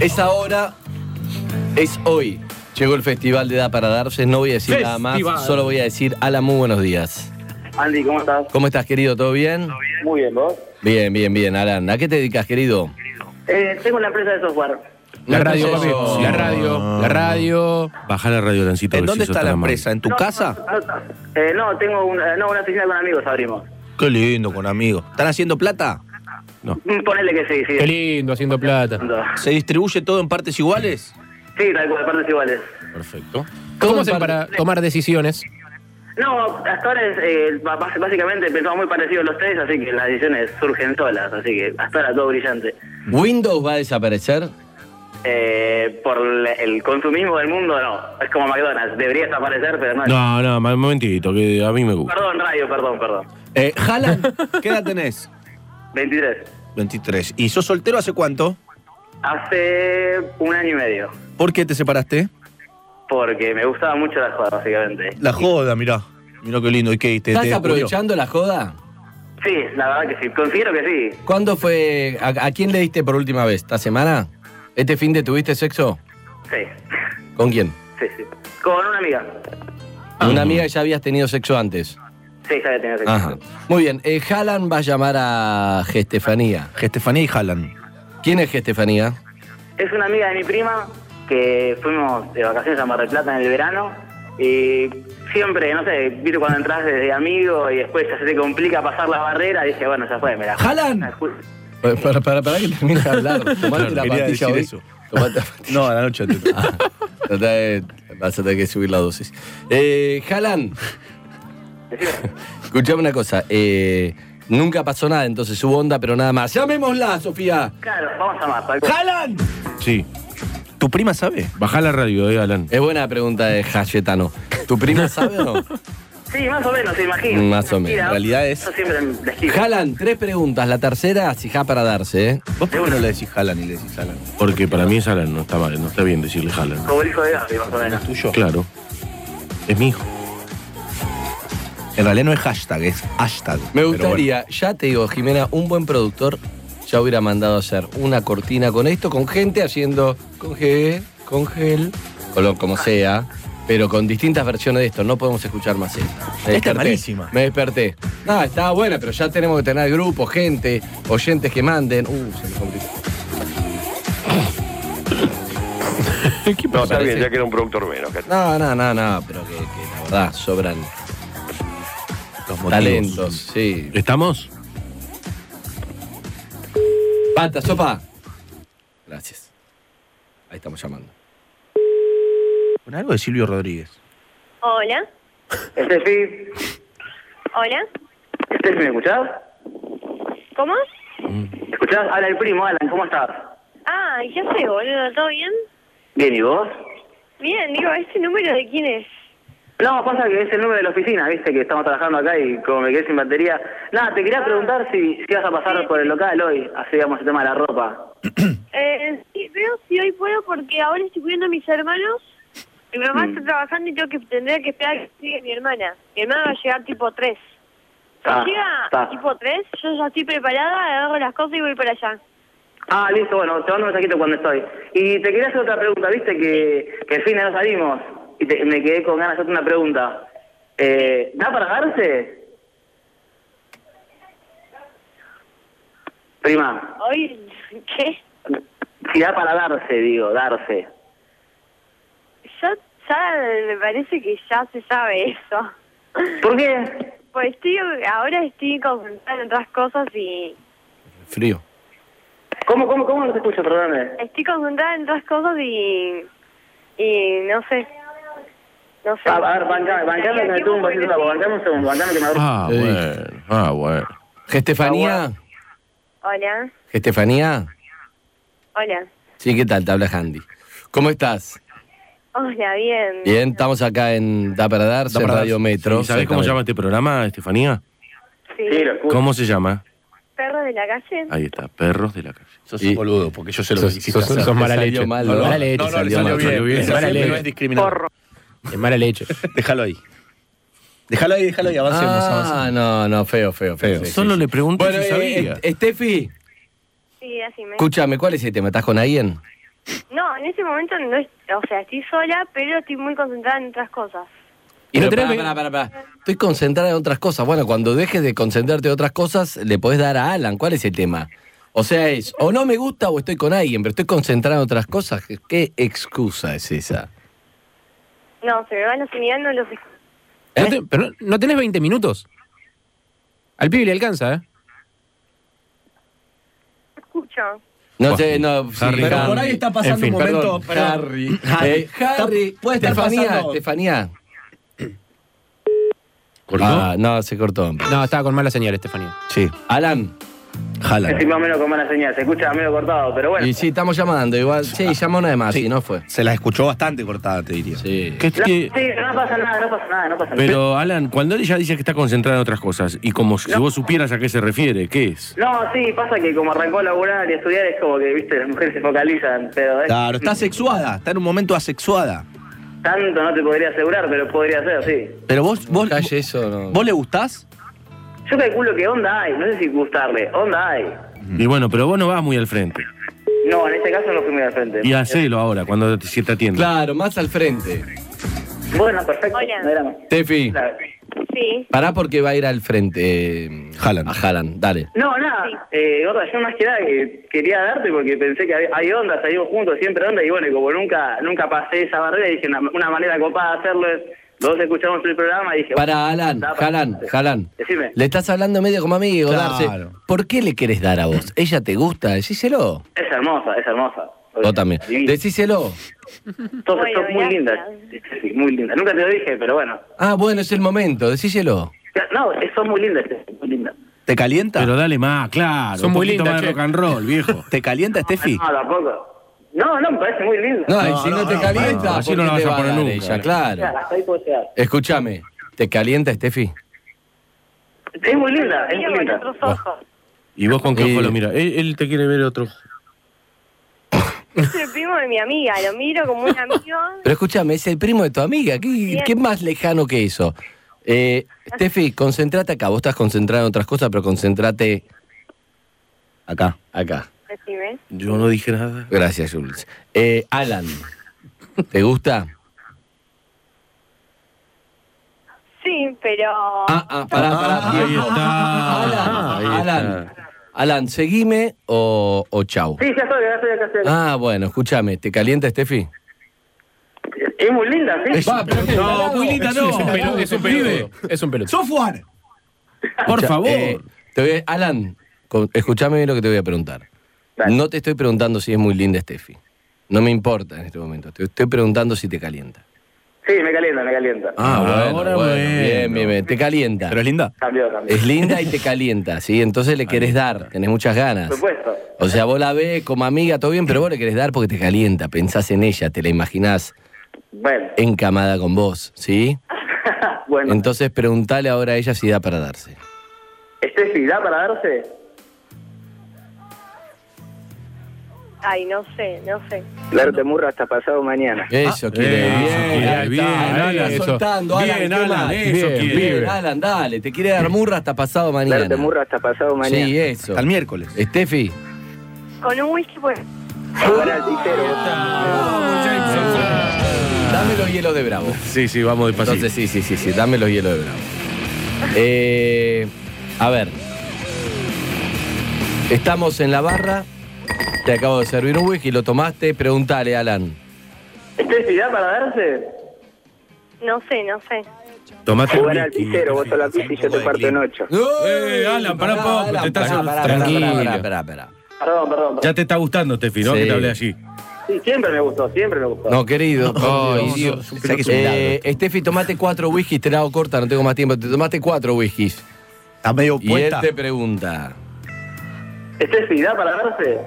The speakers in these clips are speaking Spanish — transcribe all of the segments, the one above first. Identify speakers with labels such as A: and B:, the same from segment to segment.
A: Es ahora, es hoy. Llegó el festival de Da para Darse, no voy a decir nada
B: Festival.
A: más, solo voy a decir Ala, muy buenos días.
C: Andy, ¿cómo estás?
A: ¿Cómo estás, querido? ¿Todo bien?
C: Muy bien, ¿vos?
A: Bien, bien, bien, Alan. ¿A qué te dedicas, querido?
C: Eh, tengo una empresa de software.
D: La radio,
A: Entonces,
D: papi, la radio, la radio.
E: Baja la radio, Lancito. a
D: ¿En
E: ver
D: dónde
E: si
D: está
E: sos
D: la
E: tan amable.
D: empresa? ¿En tu
C: No,
D: casa?
C: No, no, eh, no, tengo una, no, una oficina con amigos, abrimos.
E: Qué lindo, con amigos.
D: ¿Están haciendo plata?
C: Mm, Ponele que sí,
B: Qué
C: sí.
B: lindo, haciendo plata.
D: ¿Se distribuye todo en partes iguales?
C: Sí, tal cual, partes iguales.
E: Perfecto.
B: ¿Cómo hacen para tomar decisiones?
C: No, hasta ahora es, eh, ba- bas- básicamente pensamos muy parecidos los tres, así que las decisiones surgen solas, así que hasta ahora todo brillante.
D: Mm.
A: ¿Windows va a desaparecer?
C: Eh, por la- el consumismo del mundo, no. Es como McDonald's, debería desaparecer, pero no.
E: No, no, ma- un momentito, que a mí me gusta.
C: Perdón, radio, perdón, perdón.
D: Eh, Jalan, ¿qué edad tenés?
C: 23.
D: 23. ¿Y sos soltero hace cuánto?
C: Hace un año y medio,
D: ¿Por qué te separaste?
C: porque me gustaba mucho la joda, básicamente.
D: La joda, mirá. Mirá qué lindo. ¿Y qué? ¿Te,
A: ¿Estás
D: te descubrió?
A: aprovechando la joda?
C: Sí, la verdad que sí. Considero que sí.
A: ¿Cuándo fue? A, a quién le diste por última vez? ¿Esta semana? ¿Este fin de tuviste sexo?
C: Sí,
A: ¿Con quién?
C: sí, sí. Con una amiga.
A: Una amiga que ya habías tenido sexo antes.
C: Sí, ya había tenido sexo.
A: Ajá. Muy bien. Eh, Haaland va a llamar a Gestefanía.
D: Estefanía y Jalan.
A: ¿Quién es Gestefanía?
C: Es una amiga de mi prima que fuimos de vacaciones a Mar del Plata en el verano y siempre, no sé, viste cuando entras desde amigo y después ya se te complica pasar la barrera, dije, bueno, ya fue, me la...
A: ¡Jalan! Para, Eh, para, para que termine de hablar. Tomate
E: Claro,
A: la
E: quería
A: pastilla
E: decir
A: hoy.
E: eso.
A: Tomate la pastilla.
D: No, a la noche. te-
E: Ah,
A: Tratá de- Vas a tener que subir la dosis. Eh, Haaland, escuchame una cosa. eh, nunca pasó nada, entonces hubo onda, pero nada más. ¡Llamémosla, Sofía!
C: Claro, vamos a más. tal cual.
A: ¡Jalan!
E: Sí,
D: ¿Tu prima sabe?
E: baja la radio, eh, Alan.
A: Es buena pregunta de Hayetano. ¿Tu prima sabe o no?
C: Sí, más o menos, se imagina.
A: Más o menos.
C: Mira,
A: En realidad es-
C: Yo siempre la esquivo.
A: Jalan, tres preguntas. La tercera, si ja para darse, ¿eh?
D: ¿Vos por qué no le decís Jalan y le decís Jalan?
E: Porque para mí es Alan, no está mal, no está bien decirle Alan.
C: Como el hijo de Gaby, más o menos.
D: Tuyo.
E: Claro. Es mi hijo.
D: En realidad no es hashtag, es hashtag.
A: Me
D: Pero
A: gustaría, ya te digo, Jimena, un buen productor ya hubiera mandado a hacer una cortina con esto, con gente haciendo con G, con gel, o lo, como sea, pero con distintas versiones de esto. No podemos escuchar más esta.
D: Esta
A: Me
D: es
A: desperté,
D: malísima.
A: Me desperté. No, estaba buena, pero ya tenemos que tener grupos, gente, oyentes que manden. Uh, se me complicó.
F: No, está bien,
A: parece?
F: ya que era un productor menos. que-
A: No, no, no, no, pero que, que la verdad sobran
D: los motivos.
A: talentos, sí.
E: ¿Estamos?
A: Pata, sopa. Gracias. Ahí estamos llamando.
D: Con algo de Silvio Rodríguez.
G: Hola,
C: Este Estefi,
G: hola,
C: Estefi, ¿este ¿me escuchás?
G: ¿cómo?
C: ¿Me escuchás? Habla el primo, Alan, ¿cómo estás?
G: Ah, ya sé, boludo, ¿todo bien?
C: Bien, ¿y vos?
G: Bien, digo, ¿este número de quién es?
C: No, pasa que es el número de la oficina, viste, que estamos trabajando acá y como me quedé sin batería. Nada, te quería preguntar si, si vas a pasar por el local hoy, hacíamos el tema de la ropa.
G: Eh, sí, veo si hoy puedo porque ahora estoy cuidando a mis hermanos. Mi mamá
C: Mm.
G: está trabajando y tengo que tendría que esperar que llegue mi hermana. Mi hermana va a llegar tipo 3. Si
C: Ah,
G: llega
C: está.
G: tipo 3, yo ya estoy preparada, agarro las cosas y voy para allá.
C: Ah, listo, bueno, te mando un mensajito cuando estoy. Y te quería hacer otra pregunta, viste, que, que al fin no salimos. Y te- me quedé con ganas de hacerte una pregunta. Eh, ¿Da para darse? Prima,
G: Hoy, ¿qué?
C: si da para darse, digo, darse.
G: Ya, ya me parece que ya se sabe eso.
C: ¿Por qué?
G: Pues estoy, ahora estoy concentrada en otras cosas y
A: Frío.
C: ¿Cómo, cómo, cómo no te escucho, perdóname?
G: Estoy concentrada en otras cosas y. y no sé. No sé.
C: A, Ah, a ver, bancame, bancame que me tuvo un vasito de agua, bancame un segundo, bancame que me abro.
E: Ah,
A: Eh.
E: bueno. Ah, bueno.
A: Gestefanía.
G: Hola,
A: Estefanía,
G: hola.
A: sí, ¿qué tal? Te habla Handy. ¿Cómo estás?
G: Hola, bien.
A: Bien, estamos acá en Da para Darse,
D: Da
A: en
D: para
A: Radio
D: Darse.
A: Metro.
E: ¿Y ¿Sabés cómo se llama este programa, Estefanía?
G: Sí.
C: Sí, lo escucho.
E: ¿Cómo se llama?
G: Perro de la calle.
E: Ahí está, Perros de la Calle.
D: Sos
A: Y-
D: un boludo, porque yo sé lo
B: Sos-
D: que hiciste.
B: sos-
D: hacer.
B: sos mala
A: Le salió
B: leche.
A: mal,
B: No,
A: ¿no?
B: mala leche.
D: No, no, le
B: salió
D: salió
B: mal,
D: bien.
E: salió bien.
D: Esa
B: Mala
D: siempre
B: leche.
D: no es discriminador.
B: Es mala leche.
D: Déjalo ahí. Déjalo ahí, déjalo ahí, avancemos,
A: Ah,
D: avancemos.
A: no, no, feo, feo, feo. Sí,
E: Solo
A: sí,
E: le
A: sí.
E: pregunto
A: Bueno,
E: si
A: eh,
E: sabía.
A: eh, Estefi,
G: Sí, así me.
A: escúchame, ¿cuál es el tema? ¿Estás con alguien?
G: No, en ese momento no es, o sea, estoy sola, pero estoy muy concentrada en otras cosas.
B: Y no
A: Pero
B: tenés
A: pará,
B: que-
A: pará, pará, pará. Estoy concentrada en otras cosas. Bueno, cuando dejes de concentrarte en otras cosas, le podés dar a Alan. ¿Cuál es el tema? O sea, es o no me gusta o estoy con alguien, pero estoy concentrada en otras cosas. ¿Qué- ¿Qué excusa es esa?
G: No, se me van las unidades, no los escucho.
A: ¿Eh?
B: No te- pero no- no tenés 20 minutos. Al pibe le alcanza, ¿eh?
G: escucho.
A: No
D: Buah.
A: sé, no.
D: Harry,
H: Pero
D: Harry.
H: por ahí está pasando
B: En fin,
H: un momento.
A: Perdón,
H: perdón.
A: Harry. Eh, Harry,
H: Está-
A: ¿puede
H: está
A: estar Estefanía?
H: pasando-
A: Estefanía.
D: ¿Cortó?
A: Ah, no, se cortó.
B: No, estaba con mala señal, Estefanía.
A: Sí. Alan.
I: Jala.
C: Estoy más o menos con mala señal, se escucha medio cortado, pero bueno.
A: Y sí, estamos llamando. Igual, sí, llamó una de más, y no fue.
I: Se la escuchó bastante cortada, te diría.
A: Sí.
D: ¿Qué-
C: No,
D: qué-
C: sí, no pasa nada, no pasa nada, no pasa nada.
D: Pero, Alan, cuando ella dice que está concentrada en otras cosas, y como si vos supieras a qué se refiere, ¿qué es?
C: No, sí, pasa que como arrancó a laburar y a estudiar es como que, viste, las mujeres se focalizan, pero es-
I: Claro, está asexuada, está en un momento asexuada.
C: tanto no te podría asegurar, pero podría ser, sí.
I: Pero vos, vos,
A: Calle eso, no.
I: vos le gustás?
C: Yo calculo que onda hay, no sé si gustarle, onda hay.
D: Y bueno, pero vos no vas muy al frente.
C: No, en este caso no fui muy al frente.
D: Y hacelo ahora, cuando te, si te atiende.
A: Claro, más al frente.
C: Bueno, perfecto.
G: Hola.
C: No era más.
A: Tefi,
C: Claro.
G: Sí.
A: pará porque va a ir al frente. eh,
I: Haaland.
A: A Haaland, dale.
C: No, nada. Eh, gorda, yo más que nada que quería darte porque pensé que había- hay ondas, salimos juntos, siempre onda, y bueno, y como nunca nunca pasé esa barrera, dije una, una manera copada de hacerlo es, los dos escuchamos el programa y dije...
A: Para Alan,
C: da para
A: Jalan,
C: adelante.
A: Jalan.
C: Decime.
A: Le estás hablando medio como amigo,
I: Claro.
A: Darce. ¿Por qué le querés dar a vos? ¿Ella te gusta? Decíselo.
C: Es hermosa, es hermosa.
A: Vos también.
C: Divina.
A: Decíselo.
C: Sos,
G: Bueno,
C: sos muy
G: gracias.
C: linda. Sí, muy linda. Nunca te lo dije, pero bueno.
A: Ah, bueno, es el momento. Decíselo.
C: No, es- sos muy linda, Steffi, muy linda.
I: ¿Te calienta?
D: Pero dale más, claro.
B: Son
D: un
B: muy
D: poquito
B: lindas,
D: más de
B: che.
D: rock and roll, viejo.
I: ¿Te calienta, Steffi?
C: No, tampoco. No, no, me parece muy linda.
A: No, y si no,
I: no,
A: te
I: no,
A: calienta,
D: no, así
A: ¿por
D: no
A: qué
D: la
A: te
D: vas a
A: va
D: poner
A: dar
D: nunca.
A: ella? Claro.
C: Hasta ahí puedo llegar.
A: Escúchame, ¿te calienta, Steffi?
C: Es muy linda, es
G: Miro
C: muy
G: con
C: linda.
G: otros ojos.
A: Ah.
D: ¿Y vos con
I: Eh,
D: qué
A: Sí.
D: ojo lo mira? Él, él te quiere ver otro.
G: Es el primo de mi amiga, lo miro como un amigo.
A: Pero escúchame, es el primo de tu amiga. ¿Qué,
G: Bien.
A: qué más lejano que eso? Eh, Steffi, concentrate acá. Vos estás concentrada en otras cosas, pero concentrate
I: Acá.
A: acá.
G: Decime.
D: Yo no dije nada.
A: Gracias, Jules. Eh, Alan, ¿te gusta?
G: Sí, pero...
A: Ah, ah, pará, pará.
D: Ahí
A: tiempo.
D: está. Ahí
A: Alan,
D: está.
A: Alan, Alan, ¿seguime o, o chau?
C: Sí, ya estoy, ya estoy, ya estoy.
A: Ah, bueno, escúchame, ¿te calienta, Steffi?
C: Es muy linda, sí.
D: Ah, No, muy linda,
B: Es un
D: no.
B: pelotudo. Es un pelotudo. Es un pelotudo.
H: Sofuan.
D: Por favor.
A: Eh, te voy a- Alan, con- escúchame bien lo que te voy a preguntar.
C: Dale.
A: No te estoy preguntando si es muy linda, Steffi. No me importa en este momento. Te estoy preguntando si te calienta.
C: Sí, me calienta, me calienta.
D: Ah, ahora bueno.
A: Bien, bien, bien. Te calienta.
I: ¿Pero es linda?
C: Cambió, cambió.
A: Es linda y te calienta, ¿sí? Entonces
D: Ah,
A: le querés dar, tenés muchas ganas.
C: Por supuesto.
A: O sea, vos la ves como amiga, todo bien, pero vos le querés dar porque te calienta, pensás en ella, te la imaginás
C: Bueno, ah,
A: encamada con vos, ¿sí?
C: bueno.
A: Entonces preguntale ahora a ella si da para darse.
C: Steffi, ¿da para darse?
G: Ay, no sé, no sé.
C: Darte murra hasta pasado mañana.
A: Eso quiere.
D: eso
A: ahí
D: quiere, Ah, eh, bien,
A: está, ahí
D: Alan,
A: está
D: eso.
A: soltando, Alan,
D: Bien,
A: ¿qué
D: Alan,
A: más?
D: eso
A: Bien,
D: quiere.
A: bien, Alan, dale, te quiere dar murra hasta pasado mañana.
C: hasta pasado
A: Sí, eh. eso.
I: Hasta el miércoles.
A: Steffi.
G: Con un whisky, pues...
C: Ahora el tijero.
A: Dame los hielos de Bravo.
D: Sí, sí, vamos despacito.
A: Entonces, sí, sí, sí, sí, dame los hielos de Bravo. Eh, a ver. Estamos en la barra. Te acabo de servir un whisky, lo tomaste. Preguntale, Alan.
C: Steffi, ¿da para darse?
G: No sé, no sé.
D: Tomate
C: Jugar al tijero, vos sos la pizza y yo te parto en ocho.
D: Eh, Alan, pará un poco,
A: Alan,
D: te estás-
A: pará, pará, pará,
B: Tranquilo.
A: pará, pará, pará.
C: Perdón, perdón.
D: Ya te está gustando, Tefi, ¿no?
A: Sí.
D: Que te hablé allí.
C: Sí, siempre me gustó, siempre me gustó.
A: No, querido.
B: Ay,
A: Ay,
B: Dios.
A: Dios.
I: Sé que es un
A: Eh, Steffi, tomate cuatro whiskies, te la hago corta, no tengo más tiempo. Te tomaste cuatro whiskies.
I: Está medio
A: Y él
I: puesta.
D: este,
A: te pregunta.
C: Steffi, ¿da para darse?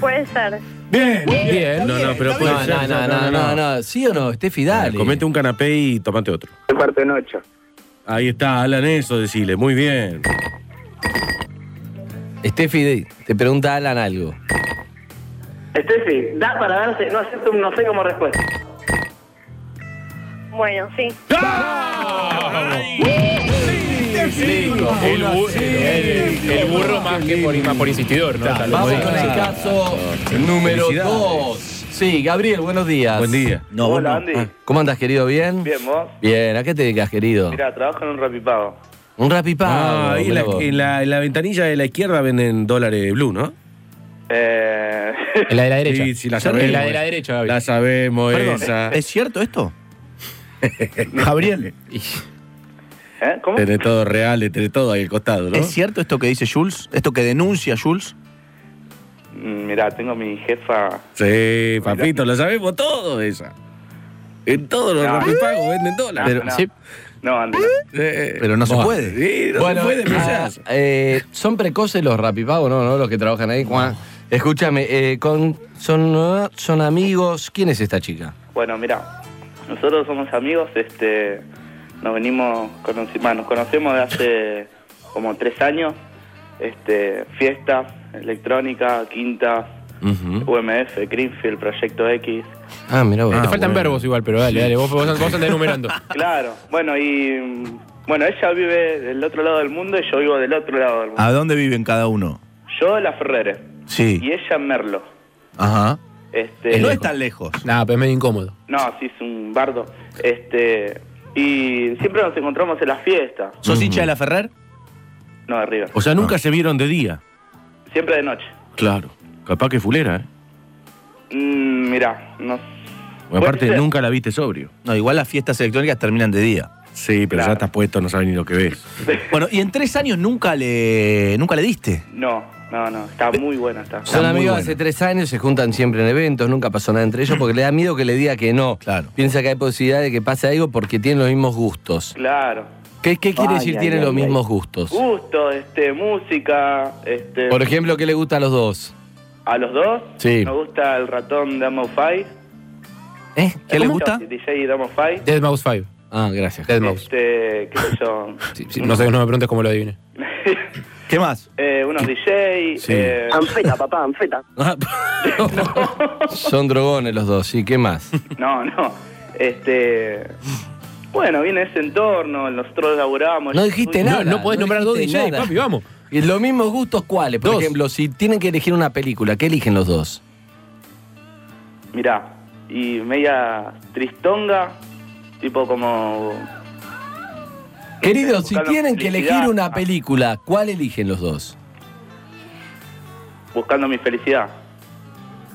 G: Puede ser.
H: Bien.
B: Bien.
D: No, no, pero puede
A: No,
D: ser.
A: no, no, no, no, no. ¿Sí o no? Steffi, dale.
D: Comete un canapé y tomate otro.
C: Te parto en ocho.
D: Ahí está, Alan, eso, decile. Muy bien.
A: Steffi, de- te pregunta Alan algo.
C: Steffi, ¿da para darse? No acepto un no sé como respuesta.
G: Bueno, sí.
D: ¡Ah!
J: El, bu- el- el burro más que por, más por insistidor, ¿no? Tal vez.
A: Vamos con el caso número
D: Felicidades.
A: 2. Sí, Gabriel, buenos días.
K: Buen día.
D: No, vos
C: Hola,
D: no.
C: Andy.
A: ¿Cómo andas, querido? ¿Bien?
C: Bien, vos.
A: Bien, ¿a qué te dedicas, querido?
C: Mira, trabajo en un rapipago.
A: Un rapipado.
K: Ah, ahí en la, en la- en la ventanilla de la izquierda venden dólares blue, ¿no?
C: Eh...
B: En la de la derecha.
K: Sí, sí, la
B: en la
K: sabemos.
B: de la derecha, Gaby.
K: La sabemos
D: Perdón,
K: esa.
D: ¿Es cierto esto? Gabriel,
C: ¿eh? ¿Cómo?
K: Entre todo real, entre todo ahí al costado, ¿no?
D: ¿es cierto esto que dice Jules? ¿Esto que denuncia Jules?
C: Mira, Mm, tengo a mi jefa.
K: Sí, papito, lo sabemos todo de esa. En todos los
C: No.
K: rapipagos venden dólares.
C: Ah, No, no. No, Andy.
K: Eh,
D: Pero no se
K: bah,
D: puede.
K: sí, no
A: Bueno,
K: se puede, pero
A: ah,
K: ya.
A: eh, son precoces los rapipagos, ¿no? ¿no? Los que trabajan ahí. Juan. Escúchame, eh, con, son, ah, son amigos. ¿Quién es esta chica?
C: Bueno, mira, nosotros somos amigos, este, nos venimos, conoci- bah, nos conocemos de hace como tres años, este, fiestas, electrónica, quintas, UMF, Greenfield, Proyecto X,
A: Ah, mira vos.
B: Te faltan verbos igual, pero dale, dale. Vos, vos, vos andás enumerando.
C: claro, bueno, y mm, bueno, ella vive del otro lado del mundo y yo vivo del otro lado del mundo.
D: ¿A dónde viven cada uno?
C: Yo en La Ferrere
D: Sí.
C: y ella en Merlo.
D: Ajá.
C: Este,
D: no es tan lejos.
B: Nada, pero es medio incómodo.
C: no, sí, es un bardo. Este, y siempre nos encontramos en las fiestas,
D: ¿Sos hincha de la Ferrer?
C: no de River,
K: Mm. O sea, nunca se vieron de día.
C: siempre de noche.
K: Claro. Capaz que fulera, ¿eh?
C: Mm, mira, no.
K: Porque aparte,
C: Puede ser.
K: nunca la viste sobrio.
D: No, igual las fiestas electrónicas terminan de día.
K: Sí, pero
C: Claro.
K: ya estás puesto, no sabes ni lo que ves.
D: Bueno, y en tres años nunca le, nunca le diste.
C: No, no, no. Está muy buena, está.
A: Son
D: muy
A: amigos
D: bueno.
A: hace tres años, se juntan siempre en eventos, nunca pasó nada entre ellos porque le da miedo que le diga que no.
D: Claro.
A: Piensa que hay posibilidad de que pase algo porque tienen los mismos gustos.
C: Claro.
A: ¿Qué, qué quiere
C: Ay,
A: decir
C: ay,
A: tienen
C: ay,
A: los
C: ay.
A: mismos gustos?
C: Gusto, este, música, este.
A: Por ejemplo, ¿qué le gusta a los dos?
C: a los dos.
A: Sí.
C: Nos gusta el ratón Damofai.
A: ¿Eh?
D: ¿Qué le
C: les
D: gusta?
C: DJ Damofai.
B: Dead Mouse 5.
A: Ah, gracias.
B: Dead Mouse.
C: Este, qué sé yo.
A: Sí, sí,
B: No sé, no me preguntes cómo lo adiviné.
D: ¿Qué más?
C: eh, unos DJ. eh,
L: Anfeta, papá, anfeta.
A: Son drogones los dos, sí, ¿qué más?
C: no, no. Este. Bueno, viene ese entorno, nosotros laburamos.
A: No dijiste
B: No,
A: nada.
B: no podés nombrar dos
A: dijiste
B: DJs,
A: nada.
B: papi, vamos.
A: ¿Y los mismos gustos cuáles? Por
B: Dos.
A: ejemplo, si tienen que elegir una película, ¿qué eligen los dos?
C: Mirá, y media tristonga, tipo como
A: Queridos, si
C: Buscando
A: tienen que
C: felicidad.
A: elegir una película, ¿cuál eligen los dos?
C: buscando mi felicidad.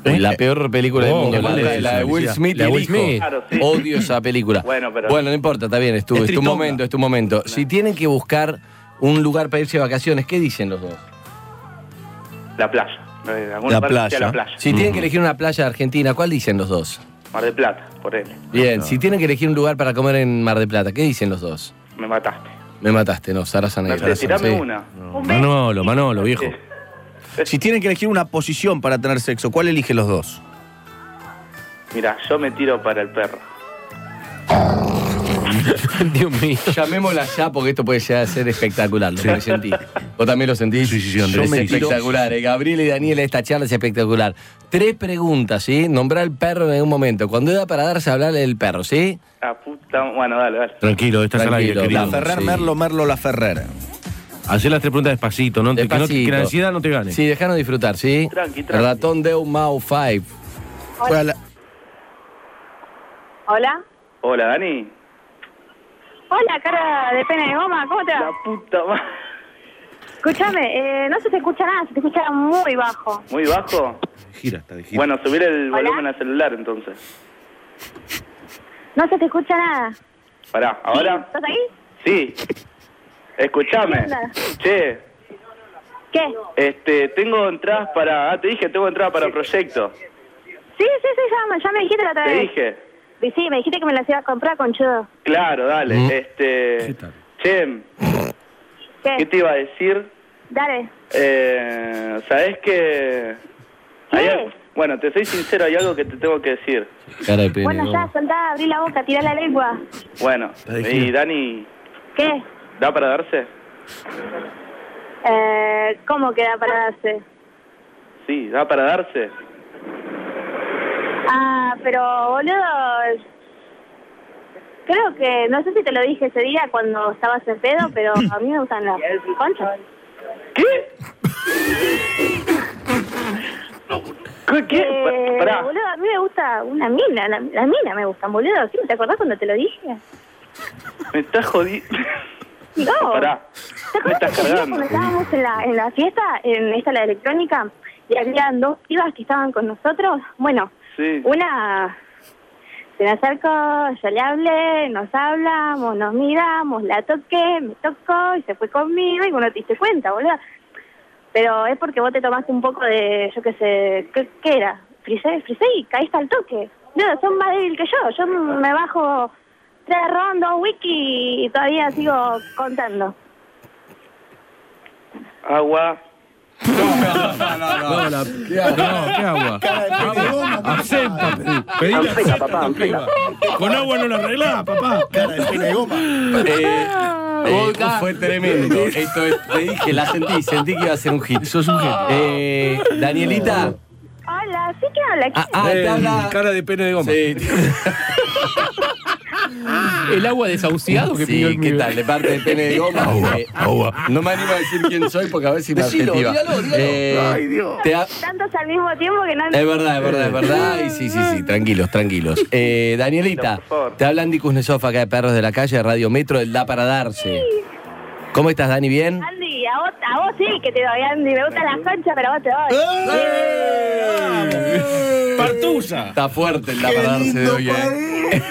A: Uy, La peor película del
B: Oh,
A: mundo, la
B: ¿cuál
A: de,
B: es
A: la de
B: esa
A: Will
B: felicidad?
A: Smith.
B: La de Will
A: elijo.
B: Smith.
C: Claro, sí.
A: Odio esa película.
C: Bueno, pero-
A: Bueno, no importa, está bien, estuvo.
D: Es
A: Es, tu
D: tristonga.
A: momento, es tu momento. Si tienen que buscar un lugar para irse de vacaciones, ¿qué dicen los dos?
C: La playa. En algún
D: La
C: lugar que sea
D: playa.
C: La playa.
A: Si tienen que elegir una playa de Argentina, ¿cuál dicen los dos?
C: Mar del Plata, por él.
A: Bien, si tienen que elegir un lugar para comer en Mar de Plata, ¿qué dicen los dos?
C: Me mataste.
A: Me mataste, no, Sarasa
C: No
A: Negra.
C: sé, tirame
A: Sí.
C: una.
K: Manolo, Manolo, viejo.
C: Sí.
D: Si tienen que elegir una posición para tener sexo, ¿cuál eligen los dos?
C: Mira, yo me tiro para el perro.
B: Dios mío.
A: Llamémosla ya porque esto puede llegar a ser espectacular, lo que sentí. ¿Vos también lo sentís?
K: Sí, sí, sí, Andrés,
A: Yo me
K: sí, sí.
A: tiro- espectacular. eh. Gabriel y Daniela, esta charla es espectacular. Tres preguntas, ¿sí? Nombrar el perro en algún momento. Cuando era para darse, hablarle del perro, ¿sí?
C: Ah, puta. Bueno, dale, dale.
K: Tranquilo, estás al aire,
A: Tranquilo,
K: querido.
D: La
A: Vamos,
D: Ferrer,
A: sí.
D: Merlo, Merlo, la Ferrer.
K: Hacé las tres preguntas despacito, ¿no? Te- que no te- Que,
A: Despacito.
K: la ansiedad no te gane.
A: Sí, dejanos disfrutar, ¿sí?
C: Tranqui, tranqui.
A: Ratón de un Mau 5.
D: Fuera la-
G: Hola.
C: Hola, Dani.
G: Hola, cara de pene de goma, ¿cómo te
C: La
G: va?
C: puta madre.
G: Escúchame, eh, no se te escucha nada, se te escucha muy bajo.
C: Muy bajo.
K: Gira, está de gira.
C: Bueno, subir el
G: Hola.
C: volumen al celular entonces.
G: No se te escucha nada.
C: Pará, ahora.
G: ¿Estás ahí?
C: Sí. Escuchame.
G: Hola.
C: Che,
G: ¿Qué?
C: este, tengo entradas para. Ah, te dije, tengo entradas para proyecto.
G: Sí, sí, sí, ya, me- ya me dijiste la otra
C: Te
G: vez.
C: dije.
G: Y Sí, me dijiste que me las ibas a comprar, conchudo.
C: Claro, dale.
A: Mm.
K: ¿Qué
C: Este.
K: tal?
C: Che,
G: ¿Qué?
C: ¿qué te iba a decir?
G: Dale.
C: Eh, ¿Sabes qué?
G: ¿Qué?
C: Hay algo- bueno, te soy sincero, hay algo que te tengo que decir.
A: Cara de pene,
G: Bueno,
A: ¿no?
G: ya, soltá, abrí la boca, tirá la lengua.
C: Bueno, y Dani,
G: ¿Qué?
C: ¿da para darse?
G: Eh, ¿Cómo queda para darse?
C: Sí, da para darse.
G: Ah, pero, boludo... Creo que, no sé si te lo dije ese día cuando estabas en pedo, pero a mí me gustan las conchas.
C: ¿Qué? ¿Qué?
G: Eh,
C: Pará.
G: boludo, a mí me gusta una mina, la- las minas me gustan, boludo. ¿Sí? ¿Te acordás cuando te lo dije?
C: Me estás jodiendo.
G: No.
C: Pará.
G: ¿Te
C: Me
G: acuerdas
C: estás
G: que ese día
C: cargando.
G: cuando estábamos en la, en la fiesta, en esta la electrónica, y habían dos pibas que estaban con nosotros? Bueno,
C: Sí.
G: una se me acercó, yo le hablé, nos hablamos, nos miramos, la toqué, me tocó y se fue conmigo y bueno, te diste cuenta, boludo. Pero es porque vos te tomaste un poco de, yo qué sé, ¿qué, qué era? Frisé, frisé y caíste al toque. No, son más débil que yo, yo me bajo tres rondas, wiki y todavía sigo contando.
C: Agua.
A: No, la- ¿qué hago?
B: No, ¿qué agua? Absenta. Pedí la
C: Ampeca,
B: absenta,
C: papá, ampeca.
K: Con agua no lo arreglás, papá. Eh,
A: Vodka.
D: Fue tremendo.
A: Eh, Esto es- te dije, la sentí, sentí que iba a ser un hit.
K: Sos un genio.
A: Eh, Danielita.
G: Hola, ¿sí que habla?
A: Ah, ah, te
K: Eh,
A: habla-
K: Cara de pene de goma.
A: Sí,
B: El agua desahuciado que pidió
A: sí,
B: el
A: ¿qué
B: mío.
A: tal? De parte de pene de goma. eh, No me animo a decir quién soy porque a ver si me
D: Decilo,
A: adjetiva.
D: dígalo, dígalo.
A: Ay, Dios.
G: Tantos al mismo tiempo que no...
A: Es verdad, es verdad, es verdad. Y sí, sí, sí, tranquilos, tranquilos. Eh, Danielita,
C: No, por favor.
A: te habla Andy Kuznetsov acá de Perros de la Calle, de Radio Metro, el Da para Darse. ¿Cómo estás, Dani? ¿Bien?
G: Andy, a vos, a vos sí que te doy, Andy. Me gustan las conchas, pero a vos te
A: Ah.
G: doy.
K: Partusa.
A: Está fuerte el Da para Darse de hoy. eh.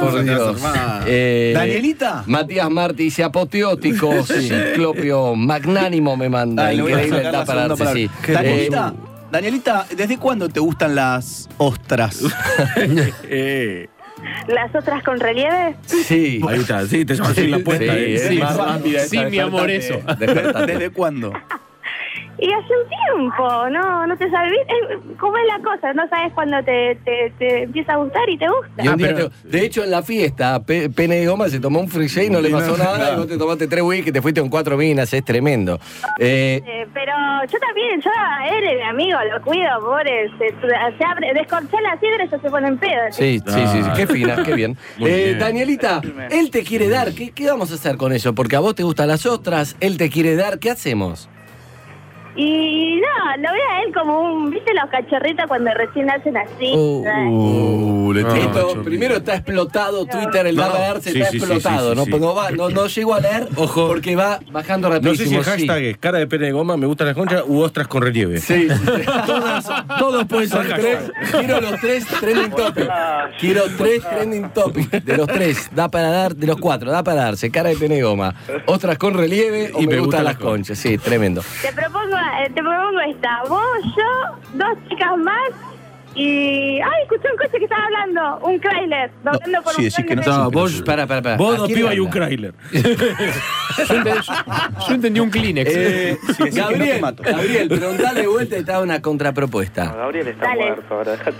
A: Por Dios. Eh,
D: Danielita.
A: Matías Martí dice apoteótico, ciclopio magnánimo me manda.
D: Dale, voy a
A: Increíble el
D: sacar la
A: Da para
D: segunda
A: Darse, sí.
D: palabra.
A: Eh,
D: Danielita, Danielita, ¿desde cuándo te gustan las ostras?
K: Eh,
G: Las otras con relieve.
A: Sí.
K: ahí está, sí, te llamas la puerta.
A: Sí,
K: eh.
A: es
K: Sí,
A: más rápida esta
B: sí, mi amor, eso.
A: Despertate.
D: ¿Desde cuándo?
G: Y hace un tiempo, no, no te sabes. eh, ¿Cómo es la cosa? No sabes cuándo te, te, te empieza a gustar y te gusta.
A: Y un
K: Ah,
A: día
K: pero-
A: te- de hecho, en la fiesta, Pe- Pene de Goma se tomó un free y no le pasó nada. Y vos te tomaste tres whisky, te fuiste con cuatro minas, es tremendo. Eh,
G: Eh, pero yo también, yo a él, el amigo, lo cuido, pobre. Se, se abre, descorché la sidra y ya se pone en pedo.
A: sí, sí, sí, sí, qué fina, qué bien.
K: Muy
A: Eh,
K: bien.
A: Danielita, él te quiere dar, ¿Qué, qué vamos a hacer con eso? Porque a vos te gustan las ostras, él te quiere dar, ¿qué hacemos?
G: Y no, lo veo a él como un, ¿viste los cachorritos cuando recién nacen así? Eh,
A: Uh,
K: Uh, le tiro.
A: Esto,
K: Yo-
A: primero está explotado Twitter, el
K: No,
A: daba darse
K: sí,
A: está
K: sí, sí,
A: explotado.
K: sí, sí,
A: no,
K: sí.
A: no va- no- no llego a leer
K: Ojo.
A: porque va bajando
K: No sé si
A: rapidísimo.
K: el hashtag
A: sí.
K: es cara de pene de goma, me gustan las conchas u ostras con relieve.
A: Sí, sí, sí.
K: Todos pueden
A: Son tres. Quiero los tres trending topics. Quiero tres trending topics. De los tres, da para dar, de los cuatro, da para darse. Cara de pene y goma. Ostras con relieve y me, gustan las conchas. Sí, tremendo.
G: Te propongo, eh, te propongo esta. Vos, yo, dos chicas más y... ¡Ay, escuché un coche que estaba hablando! Un Chrysler. doblando por
D: sí,
G: un
D: decís
G: tren
D: que
G: de
D: no
G: metro.
D: sabe.
A: vos, para, para, para.
K: Vos
A: ¿A
K: dos
A: quién
K: pibas y un
A: habla?
K: Chrysler.
B: Yo entendí, yo- yo entendí un Kleenex.
A: Eh,
D: Sí, decís que no te
A: Gabriel,
D: mato.
A: Gabriel, preguntale de vuelta y te hago una
C: No,
A: contrapropuesta.
C: Gabriel está
G: Dale.
C: muerto ahora, dejate.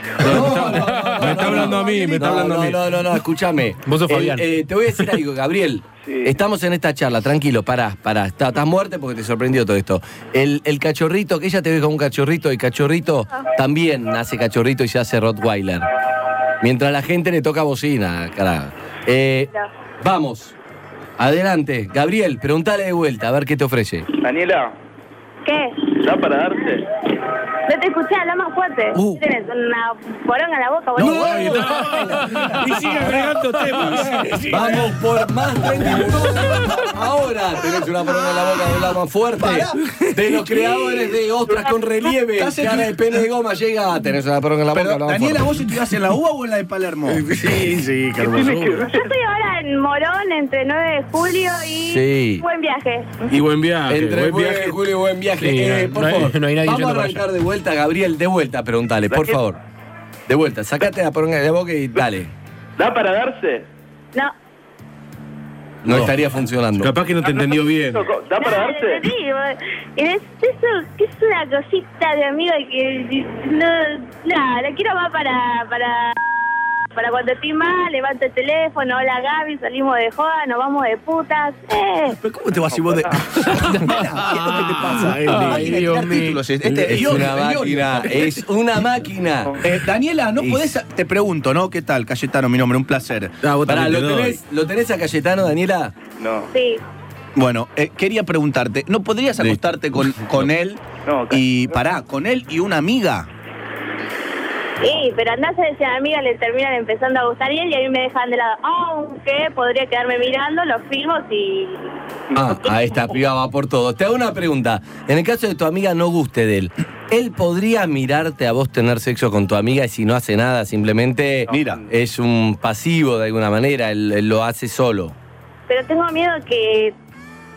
K: Me está hablando a mí, me está
A: No,
K: hablando
A: no,
K: a mí.
A: No, no, no, escúchame.
B: Vos sos
A: Eh,
B: Fabián.
A: eh, te voy a decir algo, Gabriel.
C: Sí.
A: Estamos en esta charla, tranquilo, pará, pará. Está- Estás muerte porque te sorprendió todo esto. El, el cachorrito, que ella te ve como un cachorrito, y cachorrito también nace cachorrito y se hace Rottweiler. Mientras la gente le toca bocina, carajo. Eh,
G: No.
A: vamos, adelante. Gabriel, preguntale de vuelta, a ver qué te ofrece.
C: Daniela,
G: ¿Qué?
C: ¿da para darse?
G: No te escuché, habla más fuerte.
A: Uh.
G: Tienes una poronga en la boca, boludo.
K: Y sigue agregando temas.
A: Vamos por más 30 minutos. Ahora tenés una poronga en la boca de la más fuerte. De los creadores de ostras con relieve.
D: Estás en-
A: Cara de pene de goma llega. Tenés una poronga en la boca de
D: Pero,
A: la más
D: Daniela,
A: fuerte.
D: ¿vos estudiás en la UBA o en la de Palermo?
K: Sí, sí, qué hermosura.
G: Yo estoy ahora en Morón entre 9 de julio y...
A: Sí.
G: Buen viaje.
K: Y buen viaje.
A: Entre
K: buen viaje.
A: Julio, buen viaje.
B: Sí,
A: Eh,
B: no
A: por
B: hay-
A: favor,
B: no hay nadie
A: vamos a
B: yendo para
A: arrancar de vuelta, Gabriel, de vuelta, preguntale, por
C: Daniel.
A: favor. De vuelta, sacate la poronga de la boca y dale.
C: ¿Da para darse?
G: No.
A: No, estaría funcionando.
K: Capaz que no te entendió bien.
C: ¿Da para
G: No,
C: darse?
G: te digo, es, eso, que es una cosita de amigo que no, no, la quiero más para, para Para cuando estoy mal, levanto el teléfono, hola Gaby, salimos de joda, nos vamos de putas. ¡Eh!
D: ¿Pero ¿Cómo te vas si vos de.? Ah, ¿Qué es lo que te pasa?
B: Ay,
D: Máquina de
B: Dios
D: tirar
B: mío.
D: títulos es. Este,
A: es
D: Iorio,
A: una
D: el Iorio.
A: máquina, es una máquina.
D: Eh, Daniela, no
A: Y-
D: podés. Te pregunto, ¿no? ¿Qué tal? Cayetano, mi nombre, un placer.
A: Pará, ¿lo tenés, ¿lo tenés a Cayetano, Daniela?
C: No,
G: Sí,
D: Bueno, eh, quería preguntarte, ¿no podrías acostarte con, con él
C: no,
D: y pará, con él y una amiga?
G: sí, pero andás a decir a mi amiga, le terminan empezando a gustar y él y a mí me dejan de lado. Aunque podría quedarme mirando los filmos y...
A: Ah, a esta piba va por todo. Te hago una pregunta. En el caso de tu amiga no guste de él, ¿él podría mirarte a vos tener sexo con tu amiga y si no hace nada, simplemente
D: Mira.
A: es un pasivo de alguna manera, él, él lo hace solo?
G: Pero tengo miedo que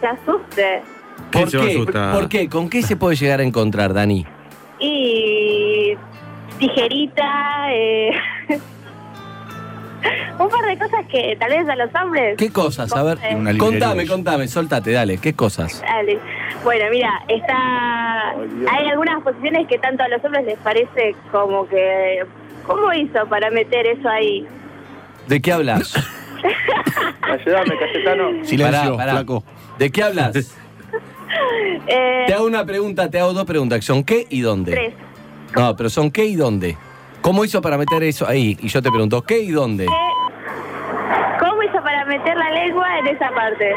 G: se asuste.
K: ¿Qué
A: ¿Por
K: se va a
A: qué?
K: asustar?
A: ¿Por qué? ¿Con qué se puede llegar a encontrar, Dani?
G: Y tijerita, eh, un par de cosas que tal vez a los hombres...
A: ¿Qué cosas? A ver,
G: Una
D: librería.
A: contame, contame, soltate, dale, ¿qué cosas?
G: Dale. Bueno, mira, está. Hay algunas posiciones que tanto a los hombres les parece como que. ¿Cómo hizo para meter eso ahí?
A: ¿De qué hablas?
C: ayúdame, Cayetano.
A: Pará, pará. ¿De qué hablas?
G: Eh,
A: Te hago una pregunta, te hago dos preguntas. que ¿Son qué y dónde?
G: tres.
A: No, pero son qué y dónde. ¿Cómo hizo para meter eso ahí? Y yo te pregunto, ¿qué y dónde?
G: ¿Cómo hizo para meter la lengua en esa parte?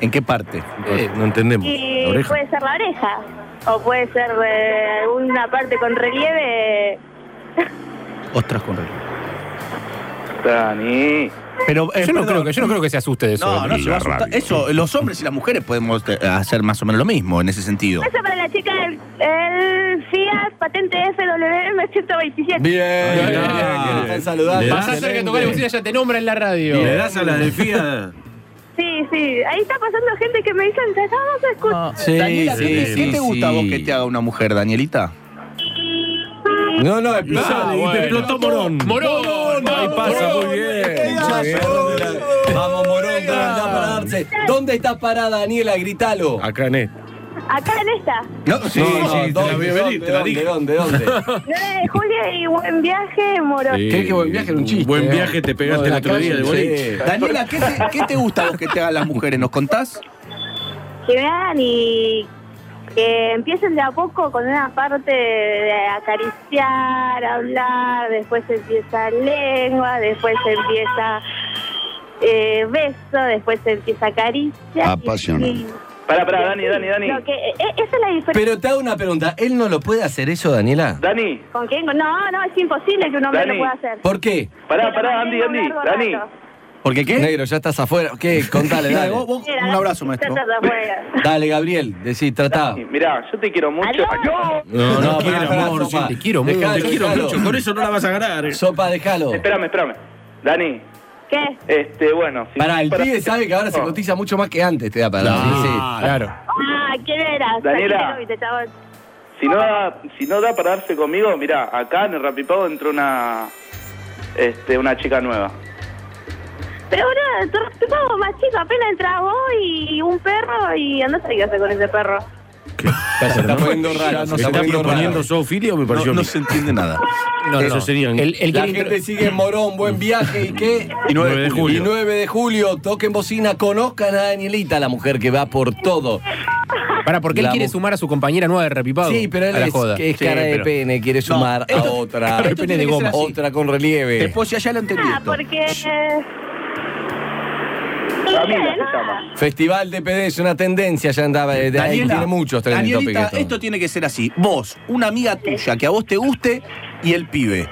D: ¿En qué parte?
K: Eh, no entendemos.
G: Y
K: La oreja.
G: puede ser la oreja. O puede ser eh, una parte con relieve.
D: Ostras con él.
C: Dani.
D: Pero, eh,
B: Yo no,
D: perdón.
B: creo que, yo no creo que se asuste de eso.
D: No, no
K: Y
D: se va a
K: la
D: asustar.
K: radio.
D: Eso, los hombres y las mujeres podemos eh, hacer más o menos lo mismo en ese sentido.
G: Eso para la chica el, el Fiat Patente FWM 127.
A: Bien,
K: Ahí está.
A: bien, que te están saludando.
K: Le das-
B: Vas a hacer que tocar la bocina ya te nombra en la radio.
K: ¿Le das a la de FIA?
G: Sí, sí. Ahí está pasando gente que me dicen, ya no se escucha.
A: Sí,
D: Daniela, ¿qué,
A: sí,
D: te, qué
A: sí,
D: te gusta a vos
A: sí.
D: que te haga una mujer, Danielita?
A: No, no,
K: Y sale, y te explotó Morón.
B: Morón,
K: Ah, Ahí pasa, muy bien.
A: Muy bien. Vamos, Morón, ¿dónde está para darse? ¿Dónde estás parada, Daniela? Gritalo.
K: Acá en este.
G: Acá en esta.
D: No, sí,
A: ¿dónde, dónde, dónde, dónde, dónde?
G: 9 de julio y buen viaje, Morón.
A: Creo que buen viaje era un chiste, ¿eh?
K: Buen
A: ¿no?
K: viaje te
A: No,
K: pegaste
A: de
K: el
A: la
K: otro
A: calle,
K: día de
A: sí.
K: boliche.
D: Daniela, ¿qué te, qué te gusta a vos que te hagan las mujeres? ¿Nos contás?
G: Que vean y que empiecen de a poco con una parte de acariciar, hablar, después empieza lengua, después empieza eh, beso, después empieza acaricia.
M: Apasionante.
C: Pará, Ah, pará, Dani, Dani, Dani.
G: No, que, eh, esa es la diferencia.
A: Pero te hago una pregunta, ¿él no lo puede hacer eso, Daniela?
C: Dani,
G: ¿Con quién? No, no, es imposible que un hombre
C: Dani.
G: lo pueda hacer.
A: ¿Por qué?
C: pará,
G: Pero
C: pará, Andy,
G: mantengo un
C: Andy,
G: largo
C: Dani.
G: rato.
D: Porque qué?
A: Negro, ya estás afuera. ¿Qué? Contale,
D: Dale,
A: dale.
D: vos- vos-
G: Mira,
D: un abrazo, maestro.
G: estás afuera.
A: Dale, Gabriel, decí, tratá.
C: Mirá, yo te quiero mucho.
G: Aló.
K: No, no, quiero,
A: pará, pará,
K: amor.
A: sopa.
K: sí,
B: te quiero mucho,
K: Te
A: Dejalo,
K: quiero
A: dejalo.
K: mucho. Con eso no la vas a ganar.
A: Sopa, déjalo.
C: Espérame, espérame. Dani,
G: ¿Qué?
C: este, bueno. si-
A: Pará, el
C: pará.
A: pibe sabe que ahora se
C: No.
A: cotiza mucho más que antes, te da para sí, sí.
B: Claro.
G: Ah, ¿quién eras?
C: Daniela.
G: Aquí te vi, chabón.
C: Si no, da, si no da para darse conmigo, mirá, acá en el Rapipago entró una este, una chica nueva.
G: Pero boludo, tú, tú estabas más chico, apenas entras vos y un perro y andás a qué hacer con ese perro.
A: Se está poniendo raro.
K: ¿Se está proponiendo zoofilia o me
D: No,
K: pareció
D: no
K: a mí?
D: se entiende nada.
B: No,
K: Eso
B: no.
K: serían-
B: El, el
A: La
B: que-
A: gente sigue Morón, buen viaje y qué.
D: Y 9 de
A: Y 9 de julio, toquen bocina, conozcan a Danielita, la mujer que va por todo.
B: Pará, porque él
A: La
B: quiere
A: mu-
B: sumar a su compañera nueva de Repipago.
A: Sí, pero él
B: a la
A: es,
B: joda.
A: que es
D: Sí,
A: cara de
D: pero-
A: pene, quiere sumar a
D: esto-
A: otra.
B: Esto tiene que ser así.
A: Otra con relieve.
D: Después ya, ya lo entendí.
G: Ah,
D: esto.
G: porque... eh, no sé,
C: Camila se
G: nada.
C: llama.
A: Festival de PD es una tendencia, ya andaba eh, de de ahí.
D: Daniela,
A: Tiene este muchos trending topics
D: Danielita,
A: esto.
D: esto tiene que ser así. Vos, una amiga tuya que a vos te guste y el pibe.